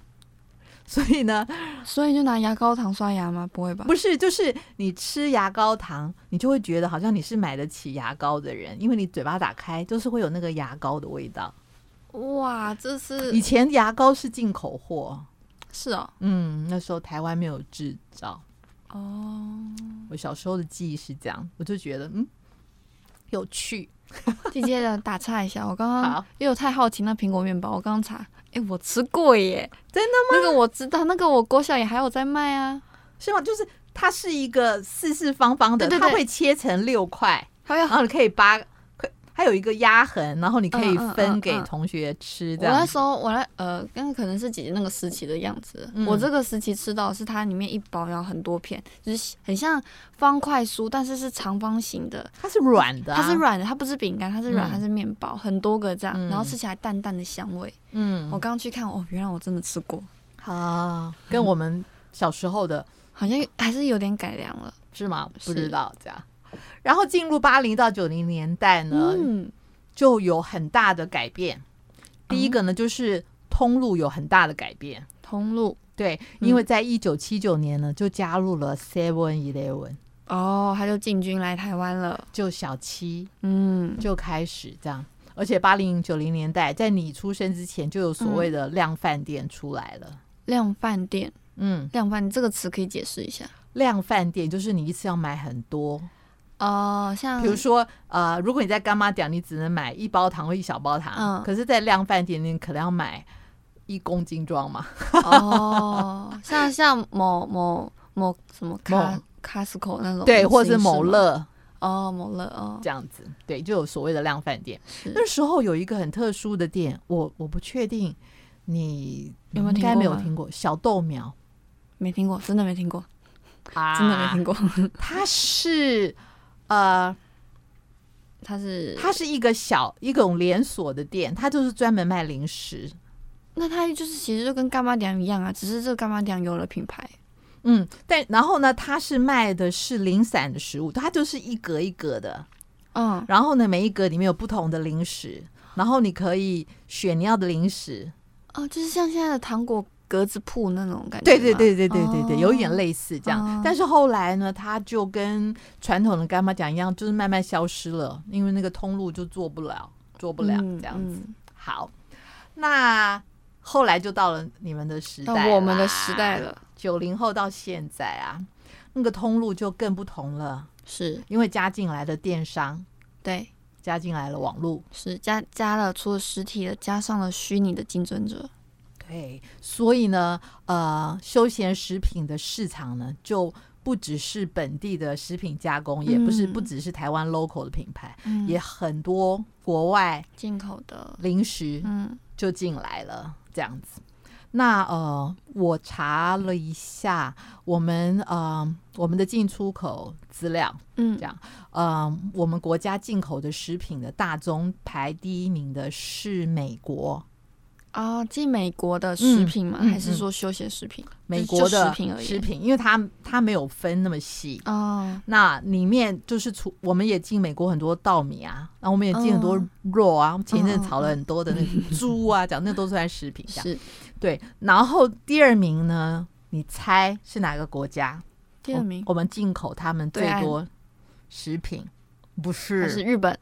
Speaker 4: 所以呢，
Speaker 3: 所以就拿牙膏糖刷牙吗？不会吧？
Speaker 4: 不是就是你吃牙膏糖，你就会觉得好像你是买得起牙膏的人，因为你嘴巴打开就是会有那个牙膏的味道。
Speaker 3: 哇，这是
Speaker 4: 以前牙膏是进口货，
Speaker 3: 是哦
Speaker 4: 嗯，那时候台湾没有制造。
Speaker 3: 哦，
Speaker 4: 我小时候的记忆是这样，我就觉得嗯有趣。
Speaker 3: 姐姐的打岔一下，我刚刚
Speaker 4: 好
Speaker 3: 因为我太好奇那苹果面包，我刚刚查，哎，我吃过耶，
Speaker 4: 真
Speaker 3: 的吗？那个我知道，那个我国小也还有在卖啊，
Speaker 4: 是吗？就是它是一个四四方方的，
Speaker 3: 对对对
Speaker 4: 它会切成六块，
Speaker 3: 还有
Speaker 4: 然后你可以扒，可它有一个压痕，然后你可以
Speaker 3: 嗯嗯
Speaker 4: 分
Speaker 3: 嗯
Speaker 4: 给
Speaker 3: 嗯
Speaker 4: 同学吃
Speaker 3: 我
Speaker 4: 这
Speaker 3: 那
Speaker 4: 样。
Speaker 3: 时候，我那呃，那个可能是姐姐那个时期的样子。
Speaker 4: 嗯
Speaker 3: 我这个时期吃到的是它里面一包，然后很多片，就是很像方块酥，但是是长方形的，
Speaker 4: 它是软的、啊，
Speaker 3: 它是，软的，它不是饼干，它是软，
Speaker 4: 嗯
Speaker 3: 它是面包，很多个这样，
Speaker 4: 嗯
Speaker 3: 然后吃起来淡淡的香味。
Speaker 4: 嗯，
Speaker 3: 我刚刚去看，哦，原来我真的吃过，
Speaker 4: 啊，跟我们小时候的
Speaker 3: 好像还是有点改良了。
Speaker 4: 是吗？
Speaker 3: 是
Speaker 4: 不知道这样。然后进入八零到九零年代呢，
Speaker 3: 嗯，
Speaker 4: 就有很大的改变。第一个呢，就是通路有很大的改变。
Speaker 3: 通路
Speaker 4: 对，
Speaker 3: 嗯
Speaker 4: 因为在一九七九年呢，就加入了 Seven Eleven，
Speaker 3: 哦，它就进军来台湾了。
Speaker 4: 就小七
Speaker 3: 嗯，
Speaker 4: 就开始这样。而且八零九零年代，在你出生之前，就有所
Speaker 3: 嗯
Speaker 4: 谓的量饭店出来了。
Speaker 3: 量饭店，
Speaker 4: 嗯，
Speaker 3: 量饭这个词可以解释一下。
Speaker 4: 量饭店就是你一次要买很多，
Speaker 3: 哦、像
Speaker 4: 比如说呃，如果你在干妈店，你只能买一包糖或一小包糖，
Speaker 3: 嗯
Speaker 4: 可是，在量饭店你可能要买一公斤装嘛。
Speaker 3: 哦，像像某某某什么
Speaker 4: 某
Speaker 3: 卡 Costco 那种，
Speaker 4: 对，或者是某乐
Speaker 3: 哦，某乐哦
Speaker 4: 这，样子，对，就有所谓的量饭店。
Speaker 3: 是
Speaker 4: 那时候有一个很特殊的店，我我不确定你
Speaker 3: 有没有
Speaker 4: 应
Speaker 3: 听
Speaker 4: 该没
Speaker 3: 过
Speaker 4: 有
Speaker 3: 吗
Speaker 4: 听过小豆苗
Speaker 3: 没听过，真的没听过，
Speaker 4: 啊
Speaker 3: 真的没听 *laughs*
Speaker 4: 过。
Speaker 3: 过，
Speaker 4: 它是呃，
Speaker 3: 它是
Speaker 4: 它是一个小一种连锁的店，它就是专门卖零食。
Speaker 3: 那它就是其实就跟干妈店一样啊，只是这个干妈店有了品牌
Speaker 4: 嗯，但然后呢，它是卖的是零散的食物，它就是一格一格的。
Speaker 3: 嗯，
Speaker 4: 然后呢，每一格里面有不同的零食，然后你可以选你要的零食。
Speaker 3: 哦，就是像现在的糖果格子铺那种感觉
Speaker 4: 对
Speaker 3: 吗，
Speaker 4: 对对对对对对，有一点
Speaker 3: 哦，
Speaker 4: 类似这样。
Speaker 3: 哦
Speaker 4: 但是后来呢，它就跟传统的干妈讲一样，就是慢慢消失了，因为那个通路就做不了，做不了
Speaker 3: 嗯
Speaker 4: 这样子。
Speaker 3: 嗯
Speaker 4: 好，那后来就到了你们的时代
Speaker 3: 到
Speaker 4: 啦，
Speaker 3: 我们的时代了，
Speaker 4: 九零后到现在啊，那个通路就更不同了，
Speaker 3: 是
Speaker 4: 因为加进来的电商，
Speaker 3: 对。
Speaker 4: 加进来了网络，
Speaker 3: 是加加了除了实体的，加上了虚拟的竞争者，
Speaker 4: 对，所以呢，呃，休闲食品的市场呢，就不只是本地的食品加工，也不是
Speaker 3: 嗯
Speaker 4: 不只是台湾 local 的品牌，
Speaker 3: 嗯
Speaker 4: 也很多国外
Speaker 3: 进口的，
Speaker 4: 零食
Speaker 3: 嗯，
Speaker 4: 就进来了，这样子。那呃，我查了一下，我们呃我们的进出口资料，
Speaker 3: 嗯
Speaker 4: 这样呃我们国家进口的食品的大宗排第一名的是美国，
Speaker 3: 哦，进美国的食
Speaker 4: 嗯
Speaker 3: 品吗？
Speaker 4: 嗯
Speaker 3: 还是
Speaker 4: 嗯
Speaker 3: 说休闲食品？
Speaker 4: 美
Speaker 3: 就
Speaker 4: 国
Speaker 3: 就
Speaker 4: 的
Speaker 3: 食品而已
Speaker 4: 食品，因为它它没有分那么细。
Speaker 3: 哦，
Speaker 4: 那里面就是除我们也进美国很多稻米啊，然后我们也进很多肉啊，前一
Speaker 3: 嗯
Speaker 4: 阵
Speaker 3: 嗯嗯
Speaker 4: 炒了很多的那个猪啊，讲那都算食品。这样
Speaker 3: 是
Speaker 4: 对，然后第二名呢，你猜是哪个国家？
Speaker 3: 第二名
Speaker 4: 我，我们进口他们最
Speaker 3: 对岸
Speaker 4: 多食品，
Speaker 3: 还
Speaker 4: 不是
Speaker 3: 是日本？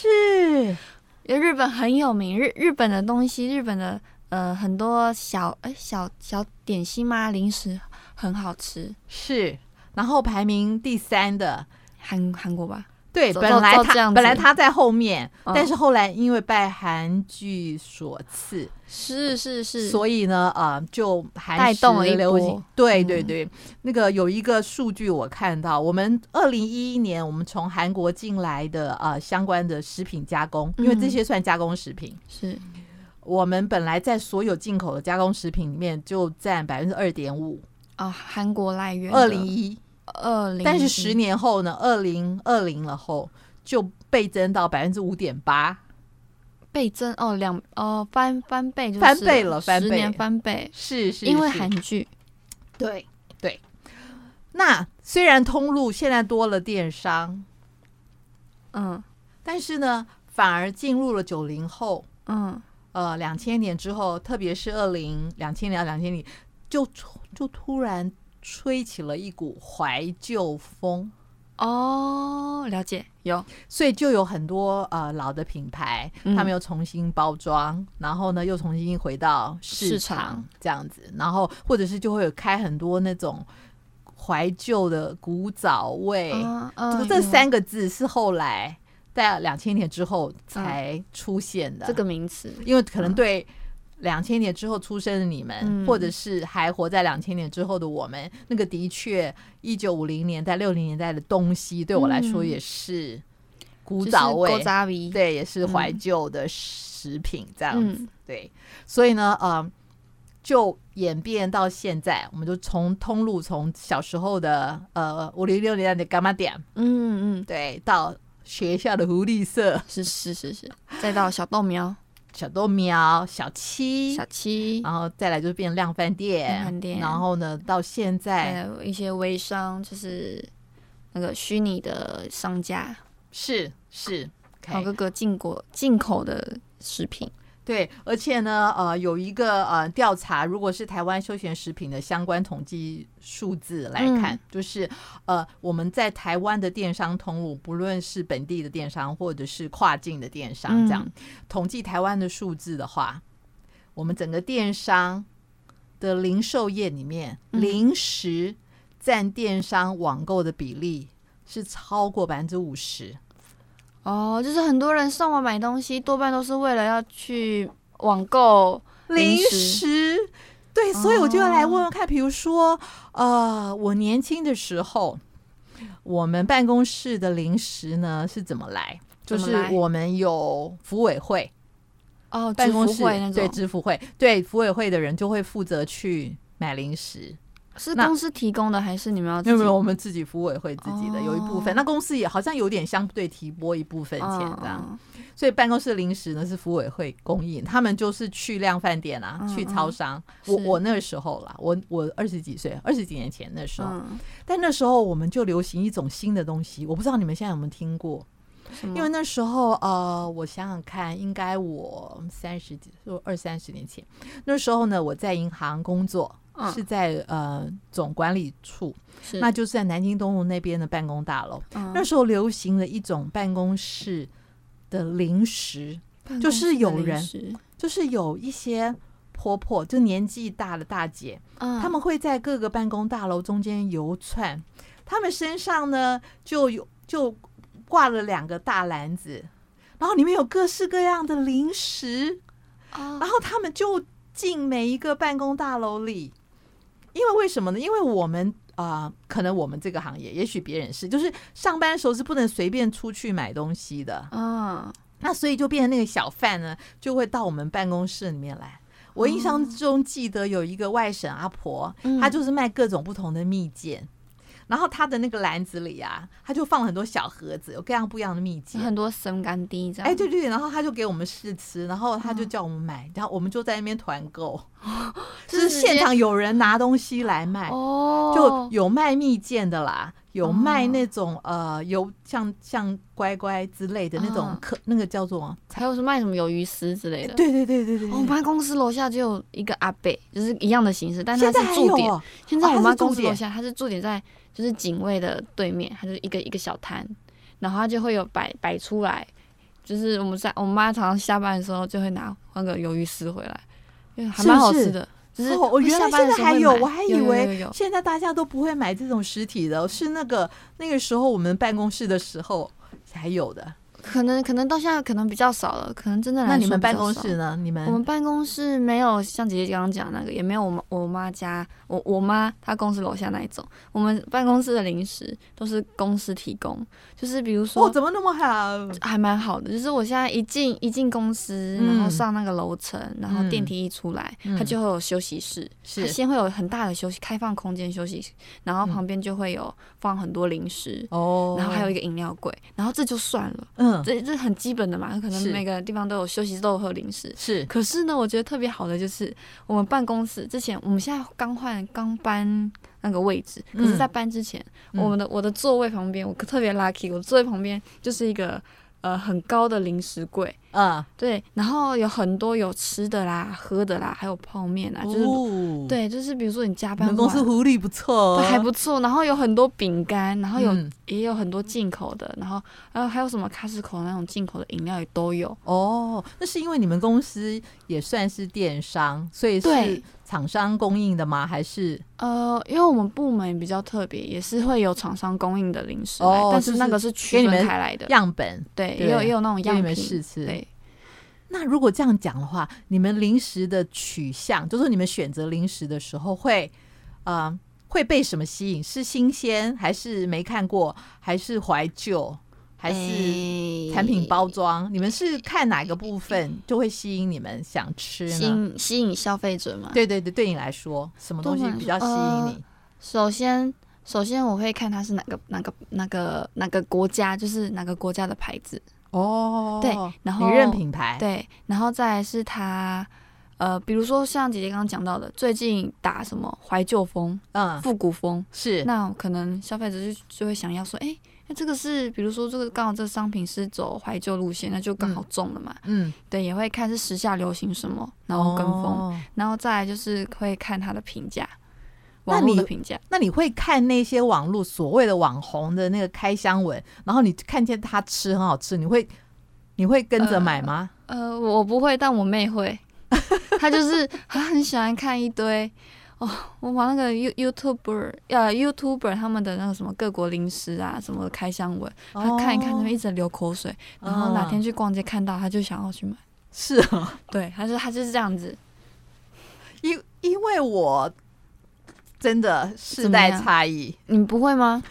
Speaker 4: 是
Speaker 3: 因为日本很有名，日日本的东西，日本的呃很多小哎、小小点心嘛，零食很好吃。
Speaker 4: 是，然后排名第三的
Speaker 3: 韩韩国吧，
Speaker 4: 对，
Speaker 3: 走
Speaker 4: 本
Speaker 3: 照
Speaker 4: 来
Speaker 3: 照这
Speaker 4: 他
Speaker 3: 样
Speaker 4: 本来
Speaker 3: 子
Speaker 4: 他在后面，
Speaker 3: 嗯
Speaker 4: 但是后来因为拜韩剧所赐，
Speaker 3: 是是是，
Speaker 4: 所以呢，呃，就韩
Speaker 3: 带动了
Speaker 4: 食
Speaker 3: 一
Speaker 4: 流行
Speaker 3: 波。嗯
Speaker 4: 对对对，那个有一个数据我看到，我们二零一一年我们从韩国进来的呃相关的食品加工，因为这
Speaker 3: 嗯
Speaker 4: 些算加工食品，
Speaker 3: 是
Speaker 4: 我们本来在所有进口的加工食品里面就占百分之二点五，
Speaker 3: 啊，韩国来源
Speaker 4: 二零一，
Speaker 3: 二零，
Speaker 4: 但是十年后呢，二零二零了后就倍增到百分之五点八。
Speaker 3: 倍增哦，两哦翻翻倍就是
Speaker 4: 翻倍了翻
Speaker 3: 十年
Speaker 4: 倍
Speaker 3: 翻倍，
Speaker 4: 是是，
Speaker 3: 因为
Speaker 4: 是
Speaker 3: 韩剧
Speaker 4: 对对。那虽然通路现在多了电商，
Speaker 3: 嗯
Speaker 4: 但是呢，反而进入了九零后，
Speaker 3: 嗯
Speaker 4: 呃，两千年之后，特别是二零两千年、两千年，就突就突然吹起了一股怀旧风，
Speaker 3: 哦，了解有
Speaker 4: 所以就有很多呃老的品牌，
Speaker 3: 嗯
Speaker 4: 他们又重新包装，然后呢又重新回到市
Speaker 3: 市
Speaker 4: 场
Speaker 3: 场
Speaker 4: 这样子，然后或者是就会有开很多那种怀旧的古早味，
Speaker 3: 啊啊
Speaker 4: 这
Speaker 3: 有
Speaker 4: 这三个字是后来在两千年之后才出现的。
Speaker 3: 嗯这个，名词
Speaker 4: 因为可能对两千年之后出生的你们，
Speaker 3: 嗯
Speaker 4: 或者是还活在两千年之后的我们，那个的确，一九五零年代、六零年代的东西，对我来说
Speaker 3: 嗯
Speaker 4: 也是古早味，
Speaker 3: 就是勾扎鼻
Speaker 4: 对，也是怀旧的食品这样子。
Speaker 3: 嗯
Speaker 4: 对，所以呢，呃，就演变到现在，我们就从通路从小时候的呃五零六年代的干妈点。
Speaker 3: 嗯嗯
Speaker 4: 对，到学校的狐狸社、
Speaker 3: 是是是是，再到小豆苗
Speaker 4: 小豆苗、小七，
Speaker 3: 小七，
Speaker 4: 然后再来就变量贩店，
Speaker 3: 量贩店
Speaker 4: 然后呢，到现
Speaker 3: 还
Speaker 4: 在
Speaker 3: 有一些微商就是那个虚拟的商家，
Speaker 4: 是是
Speaker 3: 还有
Speaker 4: OK，
Speaker 3: 各个进国进口的食品，
Speaker 4: 对，而且呢，呃，有一个呃调查，如果是台湾休闲食品的相关统计数字来看，
Speaker 3: 嗯
Speaker 4: 就是呃我们在台湾的电商通路，不论是本地的电商或者是跨境的电商，这样、
Speaker 3: 嗯
Speaker 4: 统计台湾的数字的话，我们整个电商的零售业里面，
Speaker 3: 嗯
Speaker 4: 零食占电商网购的比例是超过百分之五十。
Speaker 3: 哦，就是很多人上网买东西，多半都是为了要去网购。零食
Speaker 4: 食，对，所以我就要来
Speaker 3: 哦
Speaker 4: 问问看，比如说，呃，我年轻的时候，我们办公室的零食呢是怎么来？就
Speaker 3: 怎么
Speaker 4: 是
Speaker 3: 来
Speaker 4: 我们有服委会，
Speaker 3: 哦，
Speaker 4: 办公
Speaker 3: 制
Speaker 4: 室
Speaker 3: 服会那
Speaker 4: 对
Speaker 3: 种，
Speaker 4: 支付会，对服委会的人就会负责去买零食。
Speaker 3: 是
Speaker 4: 那
Speaker 3: 公司提供的还是你们要自
Speaker 4: 没有
Speaker 3: 己？
Speaker 4: 没有，我们自己服委会自己的、有一部分，
Speaker 3: 哦
Speaker 4: 那公司也好像有点相对提拨一部分钱这样。
Speaker 3: 嗯
Speaker 4: 所以办公室零食呢是服委会供应，他们就是去量贩店啊，
Speaker 3: 嗯
Speaker 4: 去超商。
Speaker 3: 嗯
Speaker 4: 我
Speaker 3: 是
Speaker 4: 我那时候啦，我我二十几岁，二十几年前那时候、
Speaker 3: 嗯，
Speaker 4: 但那时候我们就流行一种新的东西，我不知道你们现在有没有听过，
Speaker 3: 什么
Speaker 4: 因为那时候，呃，我想想看，应该我三十几，就二三十年前，那时候呢，我在银行工作，
Speaker 3: 嗯
Speaker 4: 是在呃总管理处，
Speaker 3: 是
Speaker 4: 那就是在南京东路那边的办公大楼。
Speaker 3: 嗯
Speaker 4: 那时候流行了一种办公室的零食，
Speaker 3: 办
Speaker 4: 就
Speaker 3: 公
Speaker 4: 是
Speaker 3: 室的
Speaker 4: 有
Speaker 3: 零
Speaker 4: 人
Speaker 3: 食
Speaker 4: 就是有一些婆婆，就年纪大的大姐，
Speaker 3: 嗯，
Speaker 4: 他们会在各个办公大楼中间游窜，他们身上呢就有就挂了两个大篮子，然后里面有各式各样的零食，
Speaker 3: 啊
Speaker 4: 然后他们就进每一个办公大楼里，因为为什么呢？因为我们啊、呃可能我们这个行业，也许别人是，就是上班的时候是不能随便出去买东西的，
Speaker 3: 嗯，
Speaker 4: 那所以就变成那个小贩呢，就会到我们办公室里面来。我印象中记得有一个外省阿婆，
Speaker 3: 哦嗯
Speaker 4: 她就是卖各种不同的蜜饯，然后她的那个篮子里啊，她就放了很多小盒子，有各样不一样的蜜饯。
Speaker 3: 很多生干滴这样，
Speaker 4: 哎，对对，对然后她就给我们试吃，然后她就
Speaker 3: 嗯
Speaker 4: 叫我们买，然后我们就在那边团购，就是
Speaker 3: 直
Speaker 4: 现
Speaker 3: 接
Speaker 4: 场有人拿东西来卖，
Speaker 3: 哦，
Speaker 4: 就有卖蜜饯的啦，有卖
Speaker 3: 哦
Speaker 4: 那种呃，有像像乖乖之类的那种
Speaker 3: 嗯
Speaker 4: 可那个叫做
Speaker 3: 还有是卖什么鱿鱼丝之类的。
Speaker 4: 对对对对对。
Speaker 3: 哦，我妈公司楼下就有一个阿伯，就是一样的形式，但
Speaker 4: 现
Speaker 3: 他
Speaker 4: 在还
Speaker 3: 是
Speaker 4: 有
Speaker 3: 驻
Speaker 4: 哦
Speaker 3: 点。现
Speaker 4: 哦
Speaker 3: 在
Speaker 4: 他
Speaker 3: 我
Speaker 4: 是
Speaker 3: 妈
Speaker 4: 驻
Speaker 3: 公司
Speaker 4: 点
Speaker 3: 楼下，她是驻点在就是警卫的对面，她就是一个一个小摊，然后她就会有摆摆出来，就是我们在我哦妈常常下班的时候就会拿那个鱿鱼丝回来，因为还
Speaker 4: 是
Speaker 3: 蛮
Speaker 4: 不
Speaker 3: 好吃
Speaker 4: 是
Speaker 3: 的。就是
Speaker 4: 哦，我
Speaker 3: 会
Speaker 4: 原
Speaker 3: 下
Speaker 4: 来
Speaker 3: 班
Speaker 4: 现
Speaker 3: 的
Speaker 4: 在
Speaker 3: 时候
Speaker 4: 还
Speaker 3: 会
Speaker 4: 有，
Speaker 3: 买
Speaker 4: 我还以
Speaker 3: 有有有
Speaker 4: 为
Speaker 3: 有
Speaker 4: 现在大家都不会买这种实体的，是那个那个时候我们办公室的时候还有的。
Speaker 3: 可能可能到现在可能比较少了，可能真的来
Speaker 4: 那你
Speaker 3: 说
Speaker 4: 们
Speaker 3: 比较
Speaker 4: 办公
Speaker 3: 少
Speaker 4: 室呢？你
Speaker 3: 我
Speaker 4: 们哦
Speaker 3: 们办公室没有像姐姐刚刚讲那个，也没有我妈我妈家我我妈她公司楼下那一种。我们办公室的零食都是公司提供，就是比如
Speaker 4: 哦，
Speaker 3: 说
Speaker 4: 怎么那么好？
Speaker 3: 还蛮好的，就是我现在一进一进公司，然后
Speaker 4: 嗯
Speaker 3: 上那个楼层，然后电梯一出来，
Speaker 4: 嗯
Speaker 3: 它就会有休息室，它
Speaker 4: 是嗯
Speaker 3: 先会有很大的休息开放空间休息，然后旁边就会有放很多零食。
Speaker 4: 哦，
Speaker 3: 然后还有一个饮料柜，然后这就算了，
Speaker 4: 嗯
Speaker 3: 这这很基本的嘛，可能
Speaker 4: 是
Speaker 3: 每个地方都有休息室，都有零食。
Speaker 4: 是
Speaker 3: 可是呢，我觉得特别好的就是我们办公室之前，我们现在刚换刚搬那个位置，可
Speaker 4: 嗯
Speaker 3: 是，在搬之前，
Speaker 4: 嗯
Speaker 3: 我们的我的座位旁边，我特别 lucky，我座位旁边就是一个呃很高的零食柜，
Speaker 4: 嗯，
Speaker 3: 对，然后有很多有吃的啦、喝的啦，还有泡面啊，就是、
Speaker 4: 哦，
Speaker 3: 对，就是比如说你加
Speaker 4: 你
Speaker 3: 班
Speaker 4: 们公司
Speaker 3: 晚
Speaker 4: 福利不错哦，
Speaker 3: 对还不错，然后有很多饼干，然后有、
Speaker 4: 嗯
Speaker 3: 也有很多进口的，然后然后还有什么卡斯口那种进口的饮料也都有，
Speaker 4: 哦，那是因为你们公司也算是电商，所以是
Speaker 3: 对
Speaker 4: 厂商供应的吗？还是
Speaker 3: 呃，因为我们部门比较特别，也是会有厂商供应的零食来，
Speaker 4: 哦
Speaker 3: 但
Speaker 4: 就是
Speaker 3: 那个是
Speaker 4: 给
Speaker 3: 区
Speaker 4: 你
Speaker 3: 分
Speaker 4: 们
Speaker 3: 开来的，
Speaker 4: 样本
Speaker 3: 对，
Speaker 4: 对
Speaker 3: 也有也有那种
Speaker 4: 给你
Speaker 3: 哦样
Speaker 4: 们
Speaker 3: 品
Speaker 4: 试吃？
Speaker 3: 对，
Speaker 4: 那如果这样讲的话，你们零食的取向，就是你们选择零食的时候会，呃，会被什么吸引？是新鲜，还是没看过，还是怀旧，还是
Speaker 3: 是
Speaker 4: 产品包装？你们是看哪个部分就会吸引你们想吃
Speaker 3: 吸
Speaker 4: 呢？
Speaker 3: 引吸引消费者嘛？，
Speaker 4: 嗯对对对，对你来说，什么东西
Speaker 3: 对我来
Speaker 4: 比较吸
Speaker 3: 说
Speaker 4: 引
Speaker 3: 呃
Speaker 4: 你？
Speaker 3: 首先首先我会看它是哪个哪个哪个哪个国家，就是哪个国家的牌子，呃
Speaker 4: 哦，
Speaker 3: 对然后
Speaker 4: 你认品牌，
Speaker 3: 对，然后再来是它。呃，比如说像姐姐刚刚讲到的，最近打什么怀旧风、
Speaker 4: 嗯，
Speaker 3: 复古风，
Speaker 4: 是，
Speaker 3: 那可能消费者就就会想要说，哎、那这个是，比如说这个刚好这个商品是走怀旧路线，那就刚好中了嘛。
Speaker 4: 嗯，
Speaker 3: 对，也会看是时下流行什么，然后跟风，
Speaker 4: 哦
Speaker 3: 然后再来就是会看它的评价，
Speaker 4: 那
Speaker 3: 网络
Speaker 4: 你
Speaker 3: 的评价。
Speaker 4: 那你会看那些网络所谓的网红的那个开箱文，然后你看见他吃很好吃，你会你会跟着买吗？
Speaker 3: 呃，我不会，但我妹会， *laughs* 她就是她很喜欢看一堆。哦，我把那个 You YouTuber 呃 YouTuber 他们的那个什么各国零食啊，什么开箱文，她呃看一看，
Speaker 4: 哦
Speaker 3: 她一直流口水，然后哪天
Speaker 4: 嗯
Speaker 3: 去逛街看到，她就想要去买。
Speaker 4: 是啊，
Speaker 3: 对，他说他就是这样子，
Speaker 4: 因因为我真的世
Speaker 3: 怎么
Speaker 4: 代
Speaker 3: 样
Speaker 4: 差异，
Speaker 3: 你不会吗？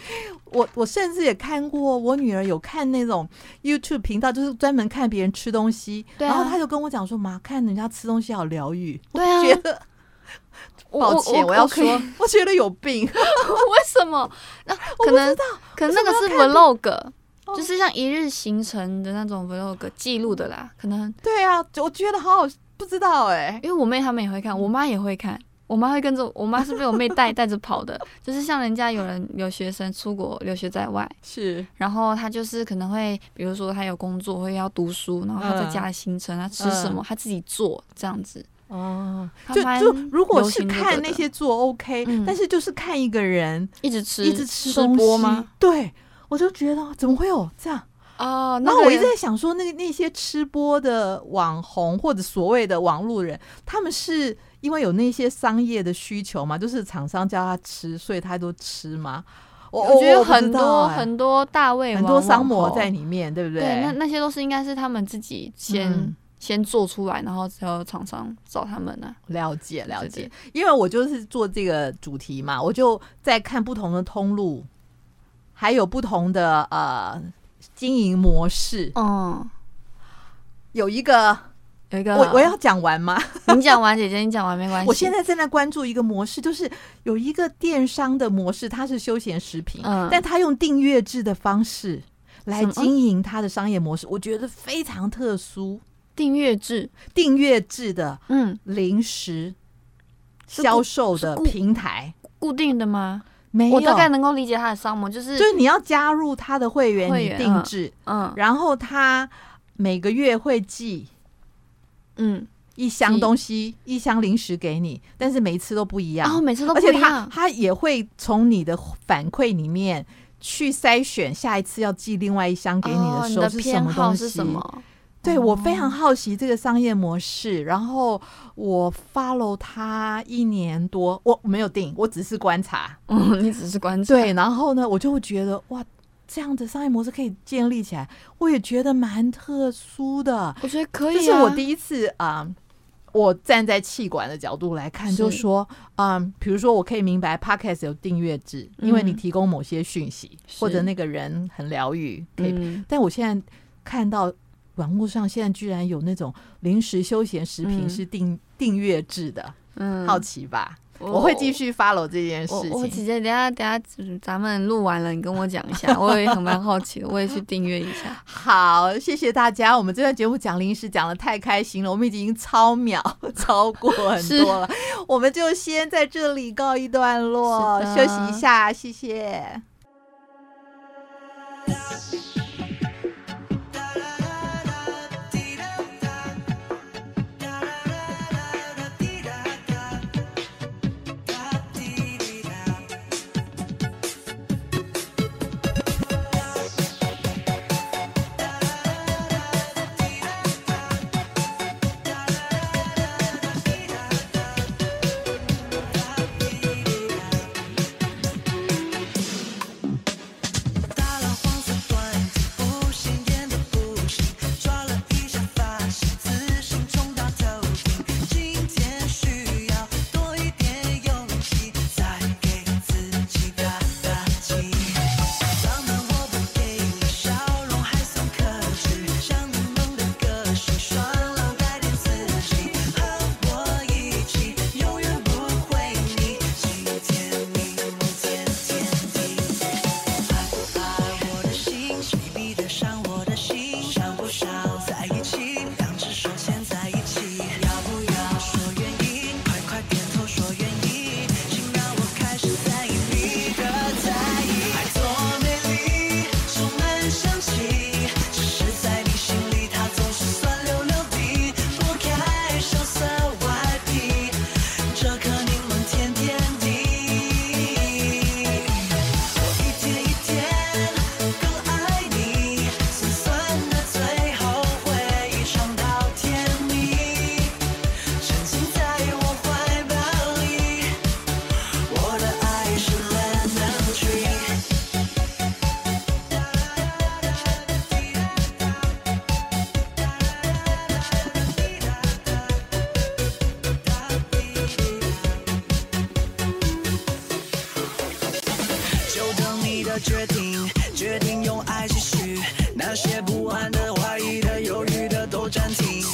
Speaker 4: 我我甚至也看过，我女儿有看那种 YouTube 频道，就是专门看别人吃东西，
Speaker 3: 对啊
Speaker 4: 然后她就跟我讲说：“妈，看人家吃东西好疗愈。”
Speaker 3: 对啊
Speaker 4: 觉得
Speaker 3: 我
Speaker 4: 抱歉，我要
Speaker 3: 可
Speaker 4: 说
Speaker 3: 以
Speaker 4: 我觉得有病。 *laughs*
Speaker 3: 为什么？那可能可能那个是 vlog，就是像一日行程的那种 vlog 记录的啦。可能
Speaker 4: 对啊，我觉得好好，不知道哎、
Speaker 3: 因为我妹他们也会看，我妈也会看。我妈会跟着我，我妈是被我妹带带着跑的， *laughs* 就是像人家有人留学生出国留学在外，
Speaker 4: 是
Speaker 3: 然后她就是可能会，比如说她有工作会要读书，然后她在
Speaker 4: 嗯
Speaker 3: 家的行程，她吃什么，她自己做这样子，
Speaker 4: 哦，
Speaker 3: 她
Speaker 4: 就
Speaker 3: 蛮
Speaker 4: 就如果
Speaker 3: 流
Speaker 4: 是
Speaker 3: 行这个
Speaker 4: 看
Speaker 3: 的
Speaker 4: 那些做 OK，、
Speaker 3: 嗯
Speaker 4: 但是就是看一个人
Speaker 3: 一直吃
Speaker 4: 一直吃
Speaker 3: 吃
Speaker 4: 东西
Speaker 3: 播吗？？
Speaker 4: 对，我就觉得怎么会有这样？
Speaker 3: 哦，
Speaker 4: 然
Speaker 3: 那
Speaker 4: 后我一
Speaker 3: 也
Speaker 4: 直在想说，那个那些吃播的网红或者所谓的网路人，他们是因为有那些商业的需求嘛，就是厂商叫他吃，所以他都吃吗？我
Speaker 3: 我觉得
Speaker 4: 我不知
Speaker 3: 很
Speaker 4: 道
Speaker 3: 多
Speaker 4: 哎
Speaker 3: 很多大胃王
Speaker 4: 很多商
Speaker 3: 网
Speaker 4: 模
Speaker 3: 红
Speaker 4: 在里面，对不对？
Speaker 3: 对，那那些都是应该是他们自己先、
Speaker 4: 嗯
Speaker 3: 先做出来，然后才有厂商找他们啊呢、
Speaker 4: 了解了
Speaker 3: 对
Speaker 4: 解
Speaker 3: 对，
Speaker 4: 因为我就是做这个主题嘛，我就在看不同的通路，还有不同的呃经营模式。
Speaker 3: 嗯，
Speaker 4: 有一个，
Speaker 3: 有一个
Speaker 4: 哦我我要讲完吗？
Speaker 3: 你讲完，姐姐你讲完没关系。
Speaker 4: 我现在正在关注一个模式，就是有一个电商的模式，它是休闲食品，
Speaker 3: 嗯
Speaker 4: 但它用订阅制的方式来
Speaker 3: 什么
Speaker 4: 经营它的商业模式，我觉得非常特殊。
Speaker 3: 订阅制，
Speaker 4: 订阅制的
Speaker 3: 嗯，
Speaker 4: 零食
Speaker 3: 是
Speaker 4: 销
Speaker 3: 固
Speaker 4: 售的
Speaker 3: 固
Speaker 4: 平台，
Speaker 3: 固定的吗？
Speaker 4: 没有，
Speaker 3: 我大概能够理解他的商模，就是
Speaker 4: 就是你要加入他的会员，
Speaker 3: 会
Speaker 4: 你
Speaker 3: 员
Speaker 4: 定制，
Speaker 3: 嗯
Speaker 4: 然后他每个月会寄
Speaker 3: 嗯，
Speaker 4: 一箱
Speaker 3: 寄
Speaker 4: 东西，一箱零食给你，但是每一次都不一样，
Speaker 3: 然哦后每次都不
Speaker 4: 而且
Speaker 3: 一
Speaker 4: 他
Speaker 3: 样，
Speaker 4: 他也会从你的反馈里面去筛选下一次要寄另外一箱给你
Speaker 3: 哦
Speaker 4: 的
Speaker 3: 你
Speaker 4: 时候
Speaker 3: 的
Speaker 4: 是什
Speaker 3: 偏
Speaker 4: 么
Speaker 3: 好
Speaker 4: 东
Speaker 3: 是
Speaker 4: 西
Speaker 3: 什。
Speaker 4: *laughs*
Speaker 3: 么？哦
Speaker 4: 对我非常好奇这个商业模式，然后我 follow 他一年多，我没有定，我只是观察。 *laughs*
Speaker 3: 嗯，你只是观察， *laughs*
Speaker 4: 对，然后呢，我就会觉得哇，这样的商业模式可以建立起来，我也觉得蛮特殊的。
Speaker 3: 我觉得可以、啊。
Speaker 4: 这是我第一次啊、我站在气管的角度来看，
Speaker 3: 是
Speaker 4: 就说，嗯，比如说，我可以明白 podcast 有订阅制，因为你
Speaker 3: 嗯
Speaker 4: 提供某些讯息，
Speaker 3: 是
Speaker 4: 或者那个人很疗愈，可以。
Speaker 3: 嗯，
Speaker 4: 但我现在看到网络上现在居然有那种临时休闲食品
Speaker 3: 嗯
Speaker 4: 是订、订阅制的，
Speaker 3: 嗯
Speaker 4: 好奇吧？
Speaker 3: 我
Speaker 4: 我会继。续 follow 这件事
Speaker 3: 我我
Speaker 4: 情。
Speaker 3: 姐姐，等一下等一下，嗯咱们录完了，你跟我讲一下，我也很蛮好奇的，我也去订阅一下。
Speaker 4: 好，谢谢大家。我们这段节目讲零食讲的太开心了，我们已经超秒 *laughs* 超过很
Speaker 3: 是
Speaker 4: 多了，我们就先在这里告一段落，
Speaker 3: 是
Speaker 4: 休
Speaker 3: 的
Speaker 4: 息一下，谢谢。
Speaker 6: 打了黄色缎子，不显眼的不行，抓了一下发型，自信冲到头顶。今天需要多一点勇气，再给自己打打气。嗓门我不给你，笑容还算可取，像柠檬的歌声，爽朗带点刺激。和我一起，永远不会腻。今天你，明天天地。爱不爱我的心，谁比得上我的心？想不想在一起？两只手牵在一起，要不要说愿意？快快点头说愿意，请让我开始在意你的在意。爱多美丽，充满香气，只是在你心里它总是酸溜溜的。剥开羞涩外皮，这颗柠檬甜甜的。我一天一天更爱你，酸酸的最后会尝到甜蜜，沉浸在我怀抱里，我的爱是 lemon tree。就等你的决定，决定用爱继续。那些不安的、怀疑的、犹豫的都暂停。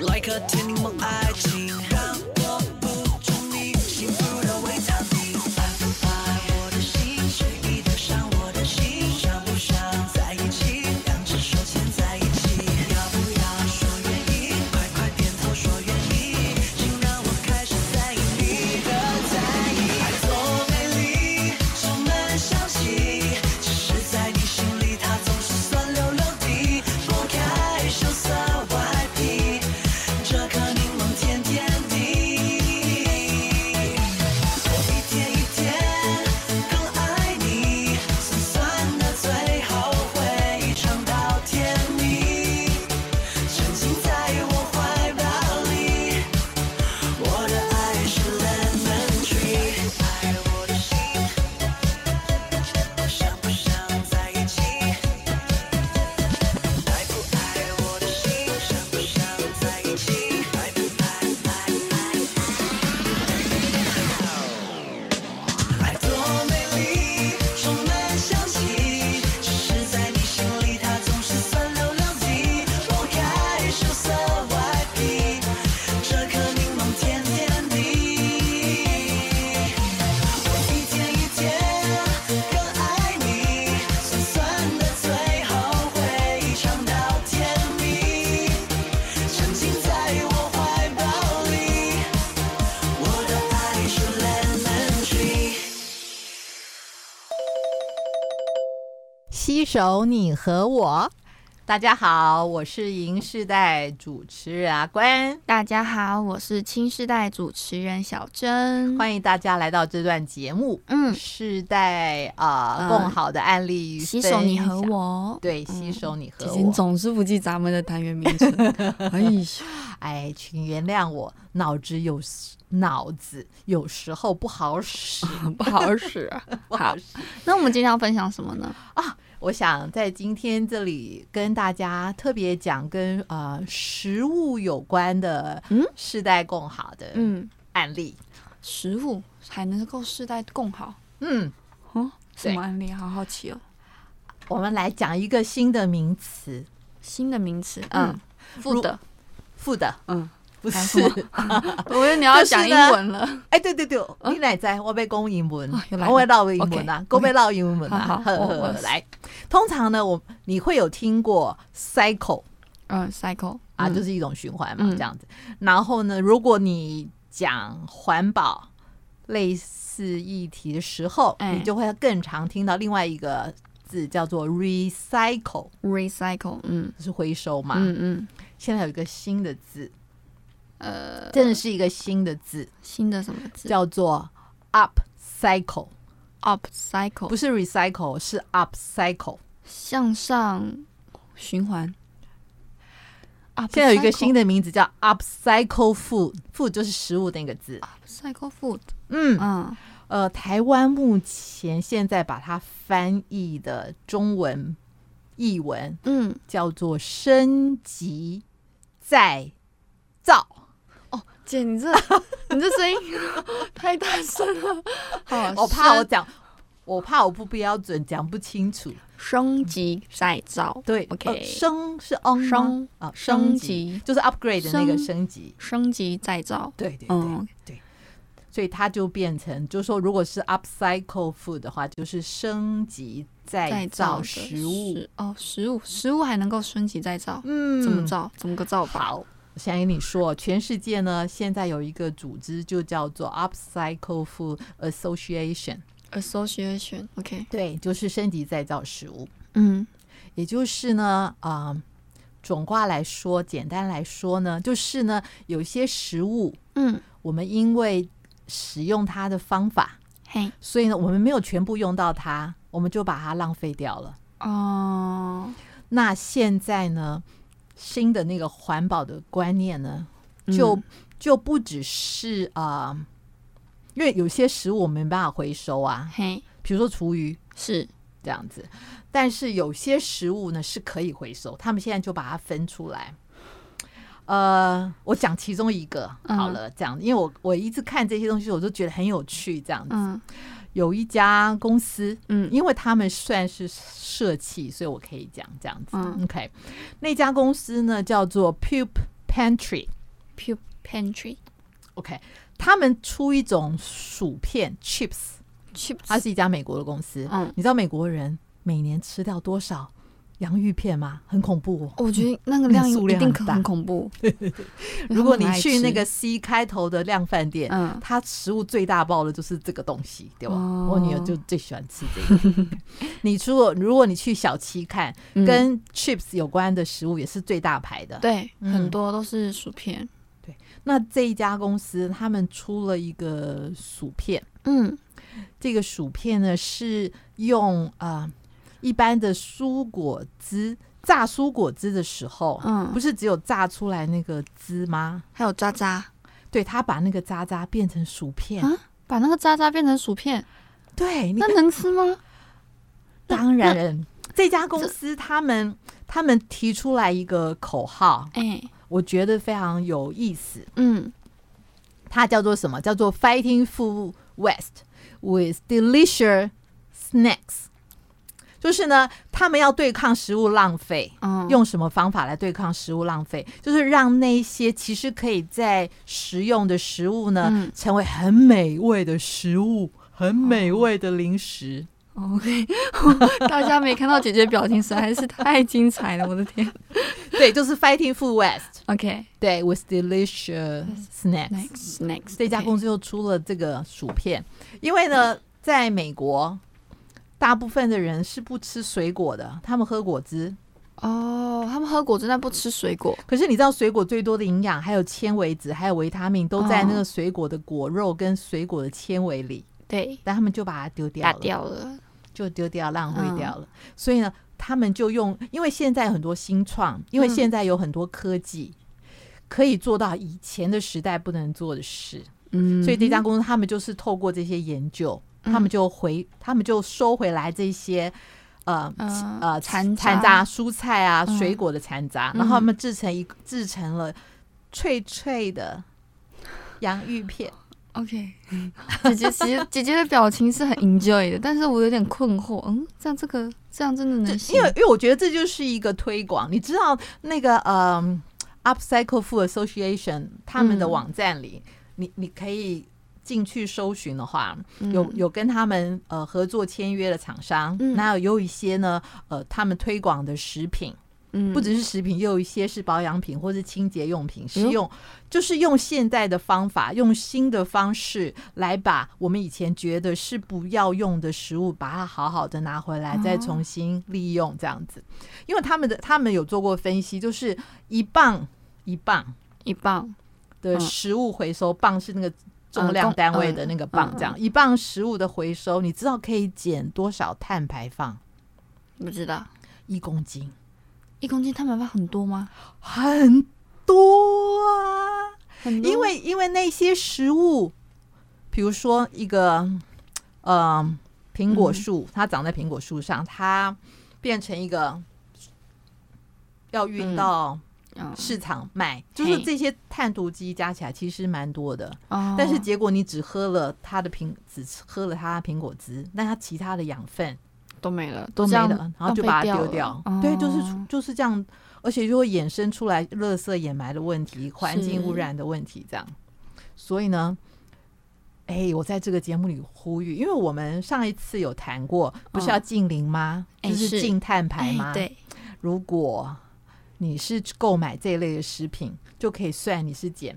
Speaker 6: 来客听梦爱情，让我补充你幸福的维他命。爱不爱我的心，谁比得上我的心？想不想在一起？两只手牵在一起，要不要说愿意？快快点头说愿意，请让我开始在意你的在意。爱多美丽，充满香气，只是在你心里它总是酸溜溜的，剥开羞涩外皮，这颗柠檬甜甜的。我一天一天更爱你，酸酸的最后会尝到甜蜜，沉浸在我怀抱里，我的爱是 lemon tree，爱我的心，想不想在一起？爱不爱我的心，想不想在一起？爱不爱爱爱？爱多美丽，充满香气，只是在你心里它总是酸溜溜的，剥开羞涩外皮，这颗柠檬甜甜的。我一天一天更爱你，酸酸的最后会尝到甜蜜，沉浸在我怀抱里，我的爱是 lemon tree。
Speaker 4: 携手你和我，大家好，我是银世代主持人阿关，
Speaker 3: 大家好，我是青世代主持人小珍。
Speaker 4: 欢迎大家来到这段节目。
Speaker 3: 嗯，
Speaker 4: 世代啊、
Speaker 3: 呃
Speaker 4: 呃共好的案例，
Speaker 3: 洗手你和，我。嗯
Speaker 4: 对，携手你和
Speaker 3: 姐姐，
Speaker 4: 我
Speaker 3: 你。总是不记咱们的单元名 *laughs* 称。哎呀，
Speaker 4: 哎，请原谅我，脑子有时脑子有时候不好使。
Speaker 3: 不好使。啊
Speaker 4: 不好
Speaker 3: *laughs* 好
Speaker 4: 使，
Speaker 3: 那我们今天要分享什么
Speaker 4: *laughs*
Speaker 3: 呢？
Speaker 4: 我想在今天这里跟大家特别讲跟呃食物有关的
Speaker 3: 嗯
Speaker 4: 世代共好的
Speaker 3: 嗯，
Speaker 4: 案例。
Speaker 3: 食物才能够世代共好。
Speaker 4: 嗯，
Speaker 3: 嗯，什
Speaker 4: 对
Speaker 3: 么案例？好好奇哦。
Speaker 4: 我们来讲一个新的名词，
Speaker 3: 新的名词，
Speaker 4: 嗯
Speaker 3: 嗯，负的，
Speaker 4: 负的
Speaker 3: 嗯，
Speaker 4: 不
Speaker 3: 还有
Speaker 4: 是
Speaker 3: 什？我以为你要讲英文 *laughs* 了。
Speaker 4: 哎，对对对，你乃在我被公英文
Speaker 3: 啊，又来了
Speaker 4: 我被绕英文啊，
Speaker 3: OK，OK
Speaker 4: 我被绕英文
Speaker 3: 好
Speaker 4: 啊
Speaker 3: 好，
Speaker 4: 呵
Speaker 3: 我
Speaker 4: 呵
Speaker 3: 我
Speaker 4: 呵来。通常呢，我你会有听过 cycle
Speaker 3: 嗯，cycle
Speaker 4: 啊，
Speaker 3: 嗯
Speaker 4: 就是一种循环嘛，
Speaker 3: 嗯
Speaker 4: 这样子。然后呢，如果你讲环保类似议题的时候，
Speaker 3: 哎
Speaker 4: 你就会更常听到另外一个字叫做 recycle，
Speaker 3: recycle，嗯
Speaker 4: 就是回收嘛。
Speaker 3: 嗯嗯，
Speaker 4: 现在有一个新的字，呃，真的是一个新的字，
Speaker 3: 新的什么字
Speaker 4: 叫做 upcycle。
Speaker 3: ？upcycle，
Speaker 4: 不是 recycle，是 upcycle。
Speaker 3: 向上循环。upcycle，
Speaker 4: 现在有一个新的名字叫 upcycle food，food 就是食物那个字。
Speaker 3: upcycle food，
Speaker 4: 嗯，
Speaker 3: 嗯，
Speaker 4: 呃，台湾目前现在把它翻译的中文译文
Speaker 3: 嗯，
Speaker 4: 叫做升级再造。
Speaker 3: 姐，你
Speaker 4: *laughs*
Speaker 3: 这你这声音太大声了，好，
Speaker 4: 我怕
Speaker 3: 哦
Speaker 4: 我
Speaker 3: 升
Speaker 4: 讲，我怕我不标准，讲不清楚。
Speaker 3: 升级再造，
Speaker 4: 对
Speaker 3: ，OK，、
Speaker 4: 呃升是 on 吗
Speaker 3: 升
Speaker 4: 啊，
Speaker 3: 升
Speaker 4: 升
Speaker 3: 级
Speaker 4: 就是 upgrade 的那个
Speaker 3: 升
Speaker 4: 升级。
Speaker 3: 升级再造，
Speaker 4: 对对对。
Speaker 3: 嗯，
Speaker 4: 所以它就变成，就是说，如果是 upcycle food 的话，就是升级再
Speaker 3: 再
Speaker 4: 造
Speaker 3: 的
Speaker 4: 食物。
Speaker 3: 哦，食物食物还能够升级再造，
Speaker 4: 嗯
Speaker 3: 怎么？造？怎么个造法？
Speaker 4: 好，我想跟你说，全世界呢，现在有一个组织就叫做 Upcycle Food Association，
Speaker 3: association，OK，、
Speaker 4: 对，就是升级再造食物。
Speaker 3: 嗯
Speaker 4: 也就是呢，啊、总挂来说，简单来说呢，就是呢，有些食物
Speaker 3: 嗯，
Speaker 4: 我们因为使用它的方法，
Speaker 3: 嘿，
Speaker 4: 所以呢，我们没有全部用到它，我们就把它浪费掉了。
Speaker 3: 哦，
Speaker 4: 那现在呢，新的那个环保的观念呢，就、
Speaker 3: 嗯
Speaker 4: 就不只是啊、呃因为有些食物我们没办法回收啊，
Speaker 3: 嘿，
Speaker 4: 比如说厨余
Speaker 3: 是，
Speaker 4: 这样子，但是有些食物呢是可以回收，他们现在就把它分出来。呃，我讲其中一个
Speaker 3: 嗯
Speaker 4: 好了，这样，因为我我一直看这些东西，我就觉得很有趣。这样子，
Speaker 3: 嗯
Speaker 4: 有一家公司，
Speaker 3: 嗯
Speaker 4: 因为他们算是社企，所以我可以讲这样子。
Speaker 3: 嗯
Speaker 4: OK，那家公司呢叫做 Pup Pantry。
Speaker 3: ，pu pantry
Speaker 4: OK，他们出一种薯片 chips，它
Speaker 3: chips，
Speaker 4: 是一家美国的公司。
Speaker 3: 嗯，
Speaker 4: 你知道美国人每年吃掉多少洋芋片吗？很恐怖哦。
Speaker 3: 我觉得那个量
Speaker 4: 数
Speaker 3: 一
Speaker 4: 量
Speaker 3: 定
Speaker 4: 很大
Speaker 3: 很恐
Speaker 4: *laughs*
Speaker 3: 怖。
Speaker 4: 如果
Speaker 3: 他们
Speaker 4: 你
Speaker 3: 很爱
Speaker 4: 去那
Speaker 3: 吃
Speaker 4: 个 C 开头的量饭店，
Speaker 3: 嗯
Speaker 4: 它食物最大包的就是这个东西，对吧？
Speaker 3: 哦
Speaker 4: 我女儿就最喜欢吃这个。 *laughs* 你如果如果你去小七看，
Speaker 3: 嗯
Speaker 4: 跟 chips 有关的食物也是最大牌的。
Speaker 3: 对
Speaker 4: 嗯
Speaker 3: 很多都是薯片，
Speaker 4: 那这一家公司他们出了一个薯片，
Speaker 3: 嗯
Speaker 4: 这个薯片呢是用呃一般的蔬果汁榨蔬果汁的时候，
Speaker 3: 嗯
Speaker 4: 不，是只有榨出来那个汁吗？
Speaker 3: 还有渣渣，
Speaker 4: 对，他把那个渣渣变成薯片。
Speaker 3: 啊把那个渣渣变成薯片，
Speaker 4: 对，你
Speaker 3: 那能吃吗？
Speaker 4: 当然，这家公司他们他们提出来一个口号，
Speaker 3: 哎，
Speaker 4: 我觉得非常有意思。
Speaker 3: 嗯
Speaker 4: 它叫做什么？叫做 Fighting Food West with Delicious Snacks。就是呢，他们要对抗食物浪费，
Speaker 3: 嗯，
Speaker 4: 用什么方法来对抗食物浪费？就是让那些其实可以在食用的食物呢，
Speaker 3: 嗯
Speaker 4: 成为很美味的食物，很美味的零食。
Speaker 3: *laughs* OK，大家没看到姐姐表情实在是太精彩了，我的天。
Speaker 4: 对，就是 Fighting Food West，
Speaker 3: OK，
Speaker 4: 对，with delicious snacks。
Speaker 3: next next，
Speaker 4: 这家公
Speaker 3: 司
Speaker 4: 司又出了这个薯片，因为呢，在美国，大部分的人是不吃水果的，他们喝果汁。
Speaker 3: 哦，他们喝果汁但不吃水果，
Speaker 4: 可是你知道，水果最多的营养还有纤维质，还有维他命，都在
Speaker 3: 哦
Speaker 4: 那个水果的果肉跟水果的纤维里，
Speaker 3: 对，
Speaker 4: 但他们就把它丢掉
Speaker 3: 打
Speaker 4: 了，
Speaker 3: 掉了，
Speaker 4: 就丢掉，浪费
Speaker 3: 嗯
Speaker 4: 掉了。所以呢，他们就用，因为现在很多新创，因为
Speaker 3: 嗯
Speaker 4: 现在有很多科技。可以做到以前的时代不能做的事，
Speaker 3: 嗯
Speaker 4: 所以这家公司他们就是透过这些研究，他们就回，他们就收回来这些，呃
Speaker 3: 嗯
Speaker 4: 呃
Speaker 3: 残
Speaker 4: 残
Speaker 3: 渣
Speaker 4: 渣、蔬菜啊、
Speaker 3: 嗯
Speaker 4: 水果的残渣，
Speaker 3: 嗯
Speaker 4: 然后他们制成一制成了脆脆的洋芋片。
Speaker 3: *laughs* OK，姐姐其实姐姐的表情是很 enjoy 的，但是我有点困惑，嗯，这样这个这样真的能
Speaker 4: 这
Speaker 3: 嗯行
Speaker 4: 因为因为我觉得这就是一个推广，你知道那个嗯、Upcycle Food Association 他们的
Speaker 3: 嗯
Speaker 4: 网站里，你你可以进去搜寻的话，
Speaker 3: 嗯
Speaker 4: 有有跟他们呃合作签约的厂商，
Speaker 3: 嗯
Speaker 4: 那、有一些呢呃他们推广的食品，
Speaker 3: 嗯
Speaker 4: 不只是食品，也有一些是保养品或是清洁用品，
Speaker 3: 哎
Speaker 4: 是
Speaker 3: 呦
Speaker 4: 用就是用现代的方法，用新的方式来把我们以前觉得是不要用的食物，把它好好的拿回来，再
Speaker 3: 哦
Speaker 4: 重新利用这样子。因为他们的他们有做过分析，就是一磅一磅
Speaker 3: 一磅，
Speaker 4: 的
Speaker 3: 嗯
Speaker 4: 食物回收，磅是那个。重量
Speaker 3: 公
Speaker 4: 单位
Speaker 3: 嗯
Speaker 4: 的那个磅，这样、一磅食物的回收，你知道可以减多少碳排放？
Speaker 3: 不知道
Speaker 4: 一公斤。
Speaker 3: 一公斤碳排放很多吗？
Speaker 4: 很多啊，
Speaker 3: 很多
Speaker 4: 因为因为那些食物，比如说一个呃苹果树，
Speaker 3: 嗯
Speaker 4: 它长在苹果树上，它变成一个要运
Speaker 3: 嗯
Speaker 4: 到
Speaker 3: 嗯
Speaker 4: 市场卖，就是
Speaker 3: 嘿
Speaker 4: 这些碳足迹加起来其实蛮多的，
Speaker 3: 哦
Speaker 4: 但是结果你只喝了它的苹，只喝了它的苹果汁，那它其他的养分
Speaker 3: 都没了，
Speaker 4: 都
Speaker 3: 这
Speaker 4: 没
Speaker 3: 样
Speaker 4: 了，然后
Speaker 3: 浪费
Speaker 4: 就把它
Speaker 3: 掉
Speaker 4: 丢
Speaker 3: 了
Speaker 4: 掉
Speaker 3: 哦。
Speaker 4: 对，就是出就是这样，而且就会衍生出来垃圾掩埋的问题、环境污
Speaker 3: 是
Speaker 4: 染的问题，这样。所以呢，哎，我在这个节目里呼吁，因为我们上一次有谈过，不
Speaker 3: 嗯
Speaker 4: 是要禁零吗？
Speaker 3: 哎
Speaker 4: 就是
Speaker 3: 是
Speaker 4: 禁碳排
Speaker 3: 哎
Speaker 4: 吗？
Speaker 3: 对，
Speaker 4: 如果你是购买这类的食品，就可以算你是减。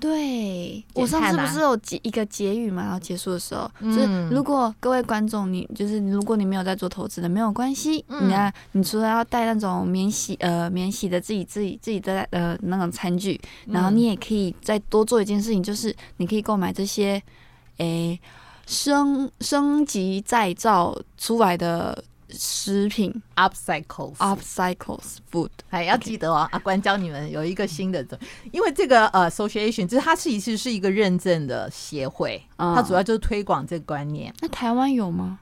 Speaker 3: 对，
Speaker 4: 减
Speaker 3: 我上次
Speaker 4: 碳
Speaker 3: 不
Speaker 4: 啊
Speaker 3: 是有结一个结语嘛，然后结束的时候，就是
Speaker 4: 嗯
Speaker 3: 如果各位观众你就是如果你没有在做投资的，没有关系，
Speaker 4: 嗯
Speaker 3: 你啊，你除了要带那种免洗呃免洗的自己自己自己的呃那种餐具，然后
Speaker 4: 嗯
Speaker 3: 你也可以再多做一件事情，就是你可以购买这些诶升升级再造出来的食品
Speaker 4: upcycle
Speaker 3: upcycles food，
Speaker 4: 哎，要
Speaker 3: OK
Speaker 4: 记得哦，阿关教你们有一个新的字，因为这个呃 association，就是它是其实是一个认证的协会，
Speaker 3: 嗯
Speaker 4: 它主要就是推广这个观念。
Speaker 3: 那台湾有吗？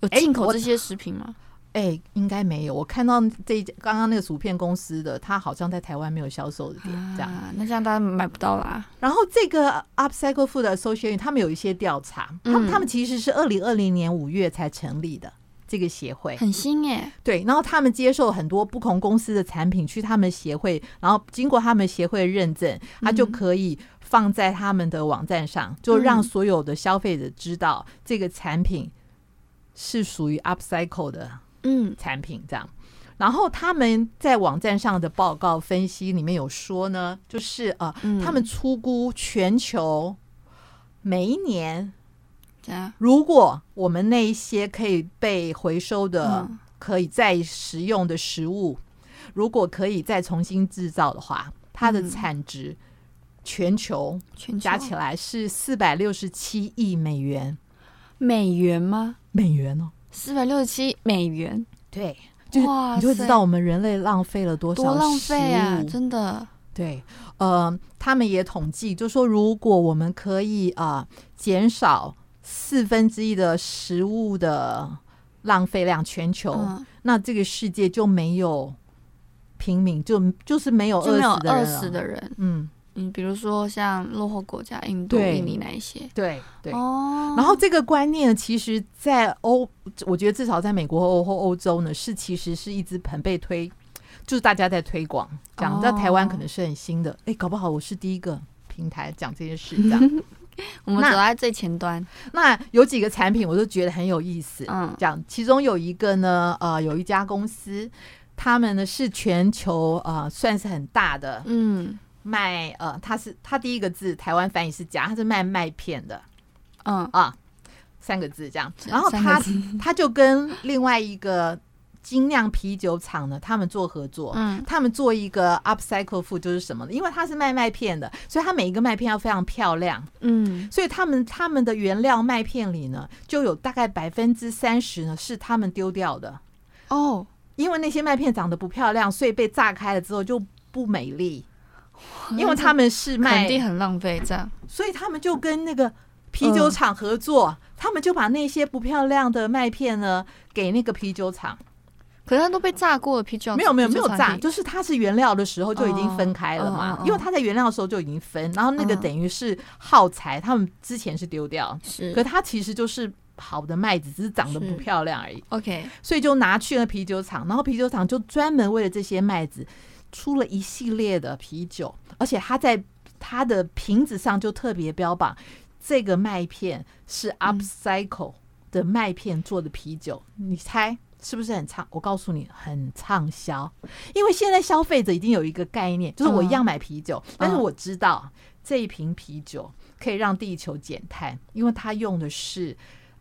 Speaker 3: 有
Speaker 4: 哎
Speaker 3: 进口
Speaker 4: 我
Speaker 3: 这些食品吗？
Speaker 4: 哎、应该没有，我看到这一家刚刚那个薯片公司的，它好像在台湾没有销售的店这样。
Speaker 3: 啊，那这样大家买不到啦。
Speaker 4: 然后这个呃 upcycle food association，他们有一些调查，他们、
Speaker 3: 嗯
Speaker 4: 他们其实是二零二零年五月才成立的这个协会。
Speaker 3: 很新耶，
Speaker 4: 对，然后他们接受很多不同公司的产品去他们协会，然后经过他们协会认证，它就可以放在他们的网站上，就让所有的消费者知道这个产品是属于 upcycle 的
Speaker 3: 嗯，
Speaker 4: 产品这样。然后他们在网站上的报告分析里面有说呢，就是呃，
Speaker 3: 嗯
Speaker 4: 他们出估全球每一年
Speaker 3: 这样，
Speaker 4: 如果我们那一些可以被回收的、
Speaker 3: 嗯
Speaker 4: 可以再食用的食物，如果可以再重新制造的话，它的
Speaker 3: 嗯
Speaker 4: 产值全球
Speaker 3: 全球
Speaker 4: 加起
Speaker 3: 来
Speaker 4: 来是四百六十七亿美元，
Speaker 3: 美元吗？
Speaker 4: 美元哦。
Speaker 3: 四百六十七美元，
Speaker 4: 对，就是
Speaker 3: 哇
Speaker 4: 你就会
Speaker 3: 塞
Speaker 4: 知道我们人类浪费了多少
Speaker 3: 多浪费啊！
Speaker 4: 食物
Speaker 3: 真的，
Speaker 4: 对，呃，他们也统计，就说如果我们可以啊、呃、减少四分之一的食物的浪费量，全球、
Speaker 3: 嗯，
Speaker 4: 那这个世界就没有平民，就就是没有
Speaker 3: 就没有
Speaker 4: 饿死的人
Speaker 3: 饿
Speaker 4: 了
Speaker 3: 死的人。
Speaker 4: 嗯，
Speaker 3: 嗯，比如说像落后国家，印度、
Speaker 4: 对
Speaker 3: 印尼那一些。
Speaker 4: 对对。
Speaker 3: 哦，
Speaker 4: 然后这个观念，其实，在欧，我觉得至少在美国或欧或欧洲呢，是其实是一直很被推，就是大家在推广。
Speaker 3: 哦
Speaker 4: 讲在台湾可能是很新的，哎、搞不好我是第一个平台讲这件事。这样，
Speaker 3: *laughs* 我们
Speaker 4: 那
Speaker 3: 走在最前端。
Speaker 4: 那有几个产品我都觉得很有意思，
Speaker 3: 嗯
Speaker 4: 讲其中有一个呢，呃，有一家公司，他们呢是全球呃算是很大的
Speaker 3: 嗯
Speaker 4: 卖呃，它是它第一个字台湾翻译是夹，它是卖麦片的
Speaker 3: 嗯，
Speaker 4: 啊，三个字这样。然后
Speaker 3: 三个
Speaker 4: 它
Speaker 3: 字
Speaker 4: 它就跟另外一个精酿啤酒厂呢，他们做合作，
Speaker 3: 嗯
Speaker 4: 他们做一个 upcycle food 就是什么呢？因为它是卖麦片的，所以它每一个麦片要非常漂亮，
Speaker 3: 嗯
Speaker 4: 所以他们他们的原料麦片里呢，就有大概百分之三十呢是他们丢掉的，
Speaker 3: 哦，
Speaker 4: 因为那些麦片长得不漂亮，所以被炸开了之后就不美丽，因为他们是卖
Speaker 3: 哦肯定很浪费这样。
Speaker 4: 所以他们就跟那个
Speaker 3: 嗯
Speaker 4: 啤酒厂合作，他们就把那些不漂亮的麦片呢给那个啤酒厂，
Speaker 3: 可是它都被炸过了，哦啤酒
Speaker 4: 没有没有没有炸，
Speaker 3: 就
Speaker 4: 就是它是原料的时候就已经分开了
Speaker 3: 哦
Speaker 4: 嘛
Speaker 3: 哦，哦
Speaker 4: 因为它在原料的时候就已经分，然后那个
Speaker 3: 嗯
Speaker 4: 等于是耗材，他们之前是丢掉，可
Speaker 3: 是
Speaker 4: 它其实就是。好的麦子只是长得
Speaker 3: 是
Speaker 4: 不漂亮而已，
Speaker 3: OK，
Speaker 4: 所以就拿去了啤酒厂，然后啤酒厂就专门为了这些麦子出了一系列的啤酒，而且它在它的瓶子上就特别标榜这个麦片是 upcycle 的麦片做的啤酒，你猜？是不是很畅？我告诉你，很畅销，因为现在消费者已经有一个概念，就是我一样买啤酒，但是我知道这一瓶啤酒可以让地球减碳，因为它用的是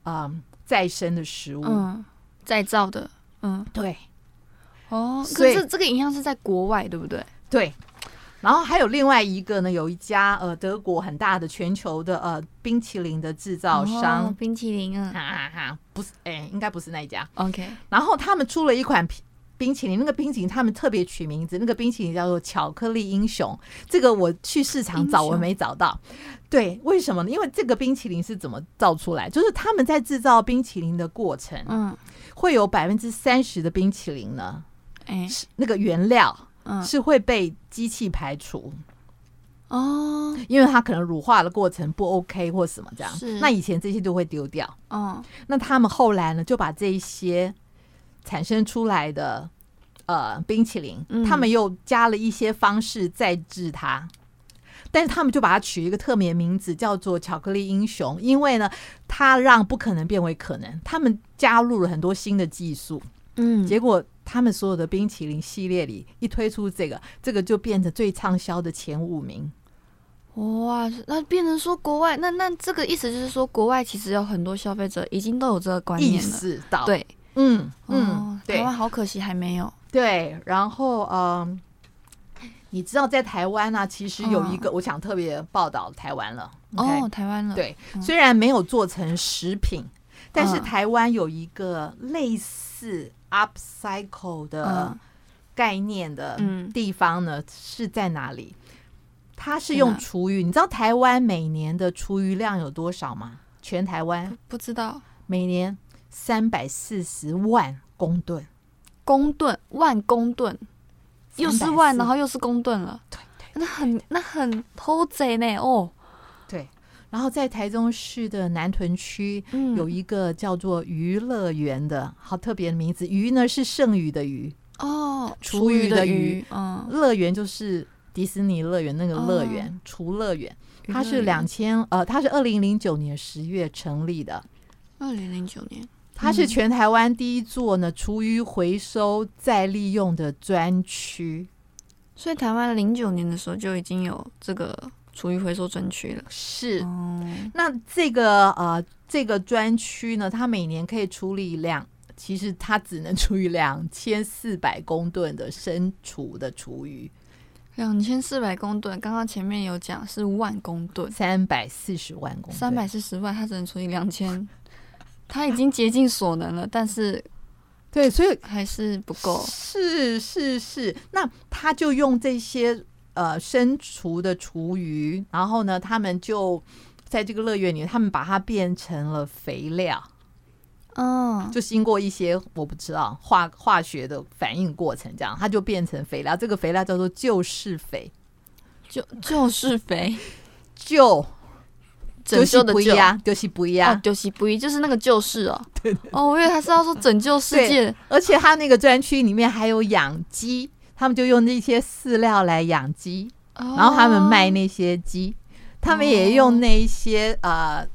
Speaker 4: 嗯、再生的食物，
Speaker 3: 嗯，再造的，嗯，
Speaker 4: 对
Speaker 3: 哦，可
Speaker 4: 所以
Speaker 3: 是这个影像是在国外，对不对？
Speaker 4: 对。然后还有另外一个呢，有一家呃德国很大的全球的呃冰淇淋的制造商，
Speaker 3: 哦冰淇淋
Speaker 4: 哈
Speaker 3: 啊
Speaker 4: 哈哈，不是，哎、应该不是那一家。
Speaker 3: ，OK，
Speaker 4: 然后他们出了一款冰冰淇淋，那个冰淇淋他们特别取名字，那个冰淇淋叫做巧克力英雄。这个我去市场找，
Speaker 3: 英雄
Speaker 4: 我没找到。对，为什么呢？因为这个冰淇淋是怎么造出来？就是他们在制造冰淇淋的过程，
Speaker 3: 嗯，
Speaker 4: 会有百分之三十的冰淇淋呢，
Speaker 3: 哎，
Speaker 4: 是那个原料
Speaker 3: 嗯，
Speaker 4: 是会被机器排除，
Speaker 3: 哦，
Speaker 4: 因为它可能乳化的过程不 OK 或什么这样
Speaker 3: 是。
Speaker 4: 那以前这些就会丢掉。
Speaker 3: 哦，
Speaker 4: 那他们后来呢，就把这一些产生出来的呃冰淇淋，
Speaker 3: 嗯
Speaker 4: 他们又加了一些方式再制它。但是他们就把它取一个特别名字，叫做“巧克力英雄”，因为呢，它让不可能变为可能。他们加入了很多新的技术，
Speaker 3: 嗯，
Speaker 4: 结果他们所有的冰淇淋系列里一推出这个，这个就变成最畅销的前五名。
Speaker 3: 哇，那变成说国外，那那这个意思就是说，国外其实有很多消费者已经都有这个观
Speaker 4: 意
Speaker 3: 念了，
Speaker 4: 识到，，
Speaker 3: 对，
Speaker 4: 嗯
Speaker 3: 哦
Speaker 4: 嗯，对
Speaker 3: 台湾好可惜还没有，
Speaker 4: 对，然后嗯。你知道在台湾呢、其实有一个，我想特别报道台湾了。
Speaker 3: 嗯哦，
Speaker 4: OK，
Speaker 3: 台湾了，，
Speaker 4: 对，
Speaker 3: 嗯
Speaker 4: 虽然没有做成食品，但是
Speaker 3: 嗯
Speaker 4: 台湾有一个类似 upcycle 的
Speaker 3: 嗯
Speaker 4: 概念的
Speaker 3: 嗯
Speaker 4: 地方呢，是在哪里？它是
Speaker 3: 在
Speaker 4: 用
Speaker 3: 哪
Speaker 4: 厨余，你知道台湾每年的厨余量有多少吗？全台湾
Speaker 3: 不知道
Speaker 4: 每年三百四十万公吨，
Speaker 3: 公吨万公吨，又是万，
Speaker 4: 340
Speaker 3: 然后又是公吨了，
Speaker 4: 对对
Speaker 3: 那很那很偷贼呢，哦，
Speaker 4: 对。然后在台中市的南屯区
Speaker 3: 嗯，
Speaker 4: 有一个叫做娱乐园的，好特别的名字。鱼呢是剩余的鱼，
Speaker 3: 哦，
Speaker 4: 厨
Speaker 3: 厨
Speaker 4: 余
Speaker 3: 余
Speaker 4: 的
Speaker 3: 余
Speaker 4: 余，
Speaker 3: 嗯，
Speaker 4: 乐园就是迪士尼乐园那个乐
Speaker 3: 哦
Speaker 4: 园，除乐园，
Speaker 3: 娱
Speaker 4: 它
Speaker 3: 乐
Speaker 4: 是
Speaker 3: 园
Speaker 4: 两千呃，它是二零零九年十月成立的，
Speaker 3: 二零零九年，
Speaker 4: 它
Speaker 3: 嗯
Speaker 4: 是全台湾第一座呢厨余回收再利用的专区。
Speaker 3: 所以台湾零九年的时候就已经有这个厨余回收专区了，
Speaker 4: 是，
Speaker 3: 哦，
Speaker 4: 那这个呃这个专区呢，它每年可以处理两，其实它只能处理两千四百公吨的生厨的厨余，
Speaker 3: 两千四百公吨，刚刚前面有讲是万公吨。
Speaker 4: 三百四十万公吨，
Speaker 3: 三百四十万，他只能除以两千，他已经竭尽所能了，但是
Speaker 4: 对，所以
Speaker 3: 还是不
Speaker 4: *laughs*
Speaker 3: 够。
Speaker 4: 是是是，那他就用这些呃生厨的厨余，然后呢，他们就在这个乐园里，他们把它变成了肥料，
Speaker 3: 嗯，
Speaker 4: 就经过一些我不知道化化学的反应过程，这样它就变成肥料。这个肥料叫做旧式肥，
Speaker 3: 就就是
Speaker 4: *laughs*
Speaker 3: 肥，
Speaker 4: 旧
Speaker 3: 拯救
Speaker 4: 是
Speaker 3: 的
Speaker 4: 不一
Speaker 3: 救。
Speaker 4: 样，就是不一
Speaker 3: 哦
Speaker 4: 样，。
Speaker 3: 就是不一，就是那个救世
Speaker 4: *laughs*
Speaker 3: 哦。哦，我以为他是要说拯救世界。
Speaker 4: 而且它那个专区里面还有养鸡，他们就用那些饲料来养鸡，
Speaker 3: 然
Speaker 4: 然后他们卖
Speaker 3: 哦
Speaker 4: 那些鸡，他们也用那一些呃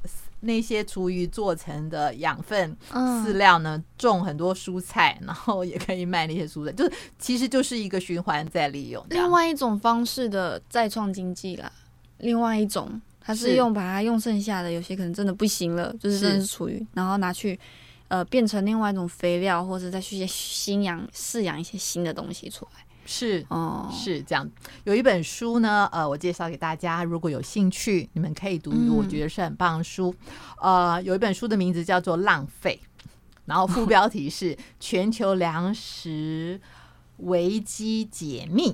Speaker 4: 那些厨余做成的养分饲
Speaker 3: 嗯，
Speaker 4: 料呢，种很多蔬菜，然后也可以卖那些蔬菜，就是其实就是一个循环再利用这样。
Speaker 3: 另外一种方式的再创经济啦，另外一种，它是
Speaker 4: 是
Speaker 3: 用把它用剩下的，有些可能真的不行了，就是真的是厨余，然后拿去呃变成另外一种肥料，或者再去新养饲养一些新的东西出来。
Speaker 4: 是
Speaker 3: 哦，
Speaker 4: 是这样，有一本书呢，呃，我介绍给大家，如果有兴趣，你们可以读一读，我
Speaker 3: 嗯
Speaker 4: 觉得是很棒的书。呃，有一本书的名字叫做《浪费》，然后副标题是《全球粮食危机解密》。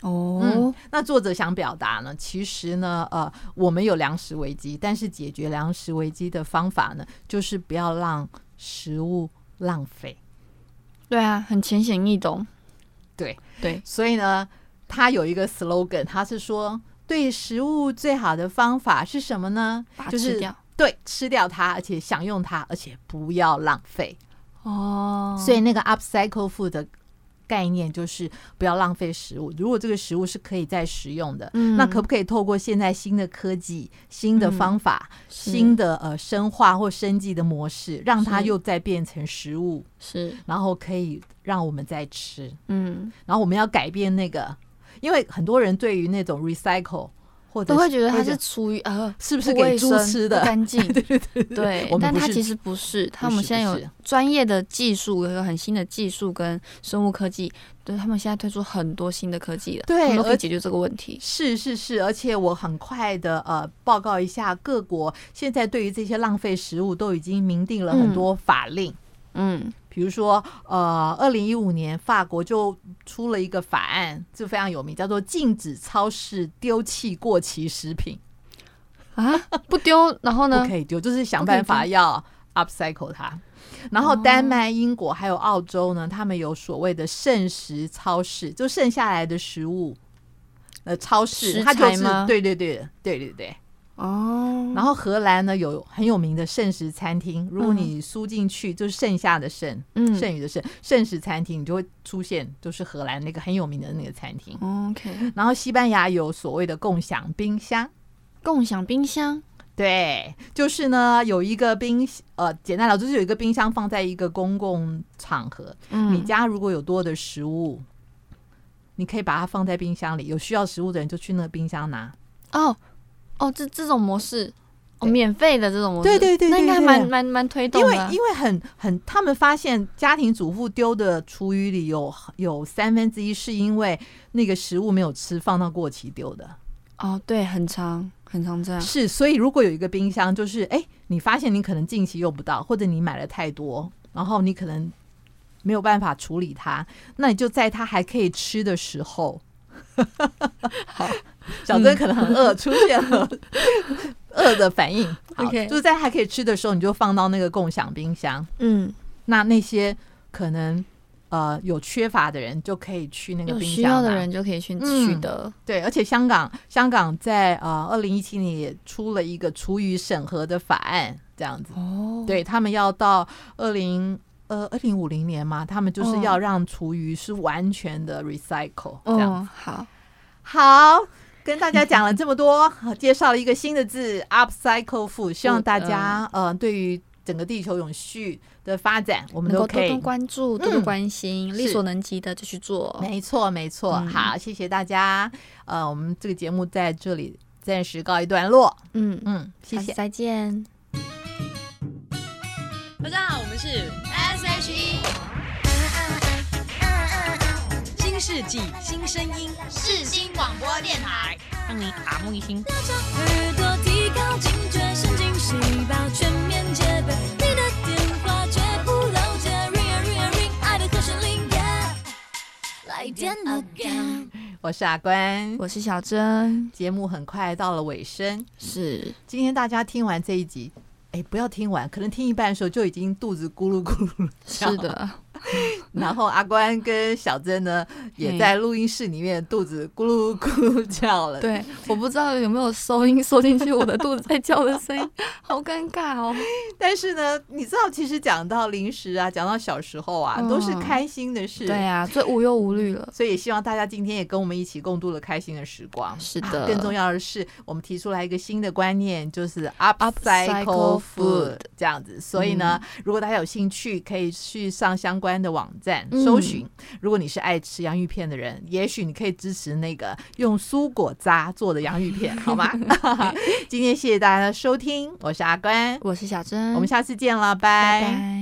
Speaker 3: 哦
Speaker 4: 嗯，那作者想表达呢，其实呢，呃，我们有粮食危机，但是解决粮食危机的方法呢，就是不要让食物浪费。
Speaker 3: 对啊，很浅显易懂。
Speaker 4: 对
Speaker 3: 对，
Speaker 4: 所以呢，他有一个 slogan，他是说对食物最好的方法是什么呢
Speaker 3: 把？它
Speaker 4: 就是
Speaker 3: 吃掉
Speaker 4: 对，吃掉它，而且享用它，而且不要浪费。
Speaker 3: 哦，
Speaker 4: 所以那个 upcycle food 的概念就是不要浪费食物。如果这个食物是可以再食用的，
Speaker 3: 嗯
Speaker 4: 那可不可以透过现在新的科技、新的方法、
Speaker 3: 嗯是
Speaker 4: 新的呃生化或生计的模式，让它
Speaker 3: 是
Speaker 4: 又再变成食物，
Speaker 3: 是
Speaker 4: 然后可以让我们再吃？
Speaker 3: 嗯，
Speaker 4: 然后我们要改变那个，因为很多人对于那种 recycle 或者
Speaker 3: 都会觉得它
Speaker 4: 或者
Speaker 3: 是厨余呃。
Speaker 4: 是不是
Speaker 3: 不卫
Speaker 4: 给猪
Speaker 3: 生
Speaker 4: 吃
Speaker 3: 不
Speaker 4: 的？
Speaker 3: 干净，
Speaker 4: 对对对
Speaker 3: 对
Speaker 4: 我，们
Speaker 3: 但
Speaker 4: 不
Speaker 3: 它
Speaker 4: 是
Speaker 3: 其实不是，它
Speaker 4: 不
Speaker 3: 我们
Speaker 4: 是
Speaker 3: 现在
Speaker 4: 不
Speaker 3: 有
Speaker 4: 是
Speaker 3: 专业的技术，有很新的技术跟生物科技，对他们现在推出很多新的科技了，
Speaker 4: 对
Speaker 3: 他们都可
Speaker 4: 而
Speaker 3: 以解决这个问题。
Speaker 4: *laughs* 是是是，而且我很快的呃报告一下，各国现在对于这些浪费食物都已经明定了很
Speaker 3: 嗯
Speaker 4: 多法令。
Speaker 3: 嗯，
Speaker 4: 比如说，呃，二零一五年法国就出了一个法案，这非常有名，叫做禁止超市丢弃过期食品，
Speaker 3: 啊，不丢，然后
Speaker 4: 不
Speaker 3: 呢？
Speaker 4: 可以丢，就是想
Speaker 3: 不可以哦
Speaker 4: 办法要 upcycle 它。然后，丹麦、英国还有澳洲呢，他们有所谓的剩食超市，就剩下来的食物，呃，超市
Speaker 3: 食
Speaker 4: 它就
Speaker 3: 材
Speaker 4: 是
Speaker 3: 吗
Speaker 4: 对对对对对对。
Speaker 3: 哦，
Speaker 4: 然后荷兰呢有很有名的剩食餐厅，如果你输进去，就是剩下的剩，
Speaker 3: 嗯
Speaker 4: 剩余的剩，剩食餐厅，你就会出现就是荷兰那个很有名的那个餐厅。
Speaker 3: 哦 OK，
Speaker 4: 然后西班牙有所谓的共享冰箱，
Speaker 3: 共享冰箱，
Speaker 4: 对，就是呢有一个冰呃，简单来说就是有一个冰箱放在一个公共场合，
Speaker 3: 嗯，
Speaker 4: 你家如果有多的食物。你可以把它放在冰箱里，有需要食物的人就去那个冰箱拿。
Speaker 3: 哦哦，这这种模式，哦，
Speaker 4: 对
Speaker 3: 免费的这种模式，
Speaker 4: 对对对
Speaker 3: 那应
Speaker 4: 对
Speaker 3: 该
Speaker 4: 对
Speaker 3: 蛮蛮蛮推动
Speaker 4: 因为
Speaker 3: 的啊。
Speaker 4: 因为很很，他们发现家庭主妇丢的厨余里有有三分之一是因为那个食物没有吃，放到过期丢的。
Speaker 3: 哦，对，很长很长这样，
Speaker 4: 是，所以如果有一个冰箱，就是哎、诶你发现你可能近期用不到，或者你买了太多，然后你可能没有办法处理它，那你就在它还可以吃的时候，
Speaker 3: *laughs* 好，
Speaker 4: 小珍可能很饿，出现
Speaker 3: *laughs*
Speaker 4: 了饿的反应。好
Speaker 3: OK
Speaker 4: 就是在它还可以吃的时候，你就放到那个共享冰箱。
Speaker 3: 嗯，
Speaker 4: 那那些可能呃有缺乏的人，就可以去那个
Speaker 3: 有
Speaker 4: 冰箱
Speaker 3: 需要的
Speaker 4: 拿
Speaker 3: 人就可以去
Speaker 4: 嗯
Speaker 3: 取得，
Speaker 4: 对，而且香港香港在呃二零一七年也出了一个厨余审核的法案，这样子，
Speaker 3: 哦，
Speaker 4: 对他们要到二零呃二零五零年嘛，他们就是
Speaker 3: 嗯
Speaker 4: 要让厨余是完全的 recycle 这样。
Speaker 3: 哦，好，
Speaker 4: 好。跟大家讲了这么多，好介绍了一个新的字 “upcycle food”，希望大家呃对于整个地球永续的发展，我们
Speaker 3: 能够
Speaker 4: 都可
Speaker 3: 多
Speaker 4: 以
Speaker 3: 多关注，多多
Speaker 4: 嗯
Speaker 3: 关心，力
Speaker 4: 是
Speaker 3: 所能及的就去做。
Speaker 4: 没错，没错。
Speaker 3: 嗯
Speaker 4: 好，谢谢大家。呃，我们这个节目在这里暂时告一段落。
Speaker 3: 嗯，
Speaker 4: 嗯，谢
Speaker 3: 下
Speaker 4: 谢
Speaker 3: 次。再见。
Speaker 7: 大家好，我们是 S H E，新世纪新声音，世新广播电台，让你耳目一新。
Speaker 8: 耳朵提高警觉，神经细胞全面戒备，你的电话绝不漏接。Ring a ring a ring，爱的和弦铃，Yeah，来电 again。
Speaker 4: 我是阿关。
Speaker 3: 我是小珍，
Speaker 4: 节目很快到了尾声，
Speaker 3: 是
Speaker 4: 今天大家听完这一集，哎，不要听完，可能听一半的时候就已经肚子咕噜咕噜了。
Speaker 3: 是的，
Speaker 4: 然后阿关跟小珍呢，也
Speaker 3: 嘿
Speaker 4: 在录音室里面肚子咕噜咕噜叫了。，
Speaker 3: 对，我不知道有没有收音收进去我的肚子在叫的声音，好尴尬哦。
Speaker 4: 但是呢，你知道，其实讲到零食啊，讲到小时候啊，都是
Speaker 3: 嗯
Speaker 4: 开心的事。
Speaker 3: 对啊，最无忧无虑了。
Speaker 4: 所以也希望大家今天也跟我们一起共度了开心的时光。
Speaker 3: 是的
Speaker 4: 啊更重要的是，我们提出来一个新的观念，就是 upcycle
Speaker 3: Upcycle
Speaker 4: food
Speaker 3: food 嗯
Speaker 4: 这样子。所以呢，如果大家有兴趣，可以去上相关的网站
Speaker 3: 嗯
Speaker 4: 搜寻。如果你是爱吃洋芋片的人，也许你可以支持那个用蔬果渣做的洋芋
Speaker 3: *laughs*
Speaker 4: 片，好吗？ *laughs* 今天谢谢大家的收听，我是阿关，
Speaker 3: 我是小珍，
Speaker 4: 我们下次见了，
Speaker 3: 嗯拜拜。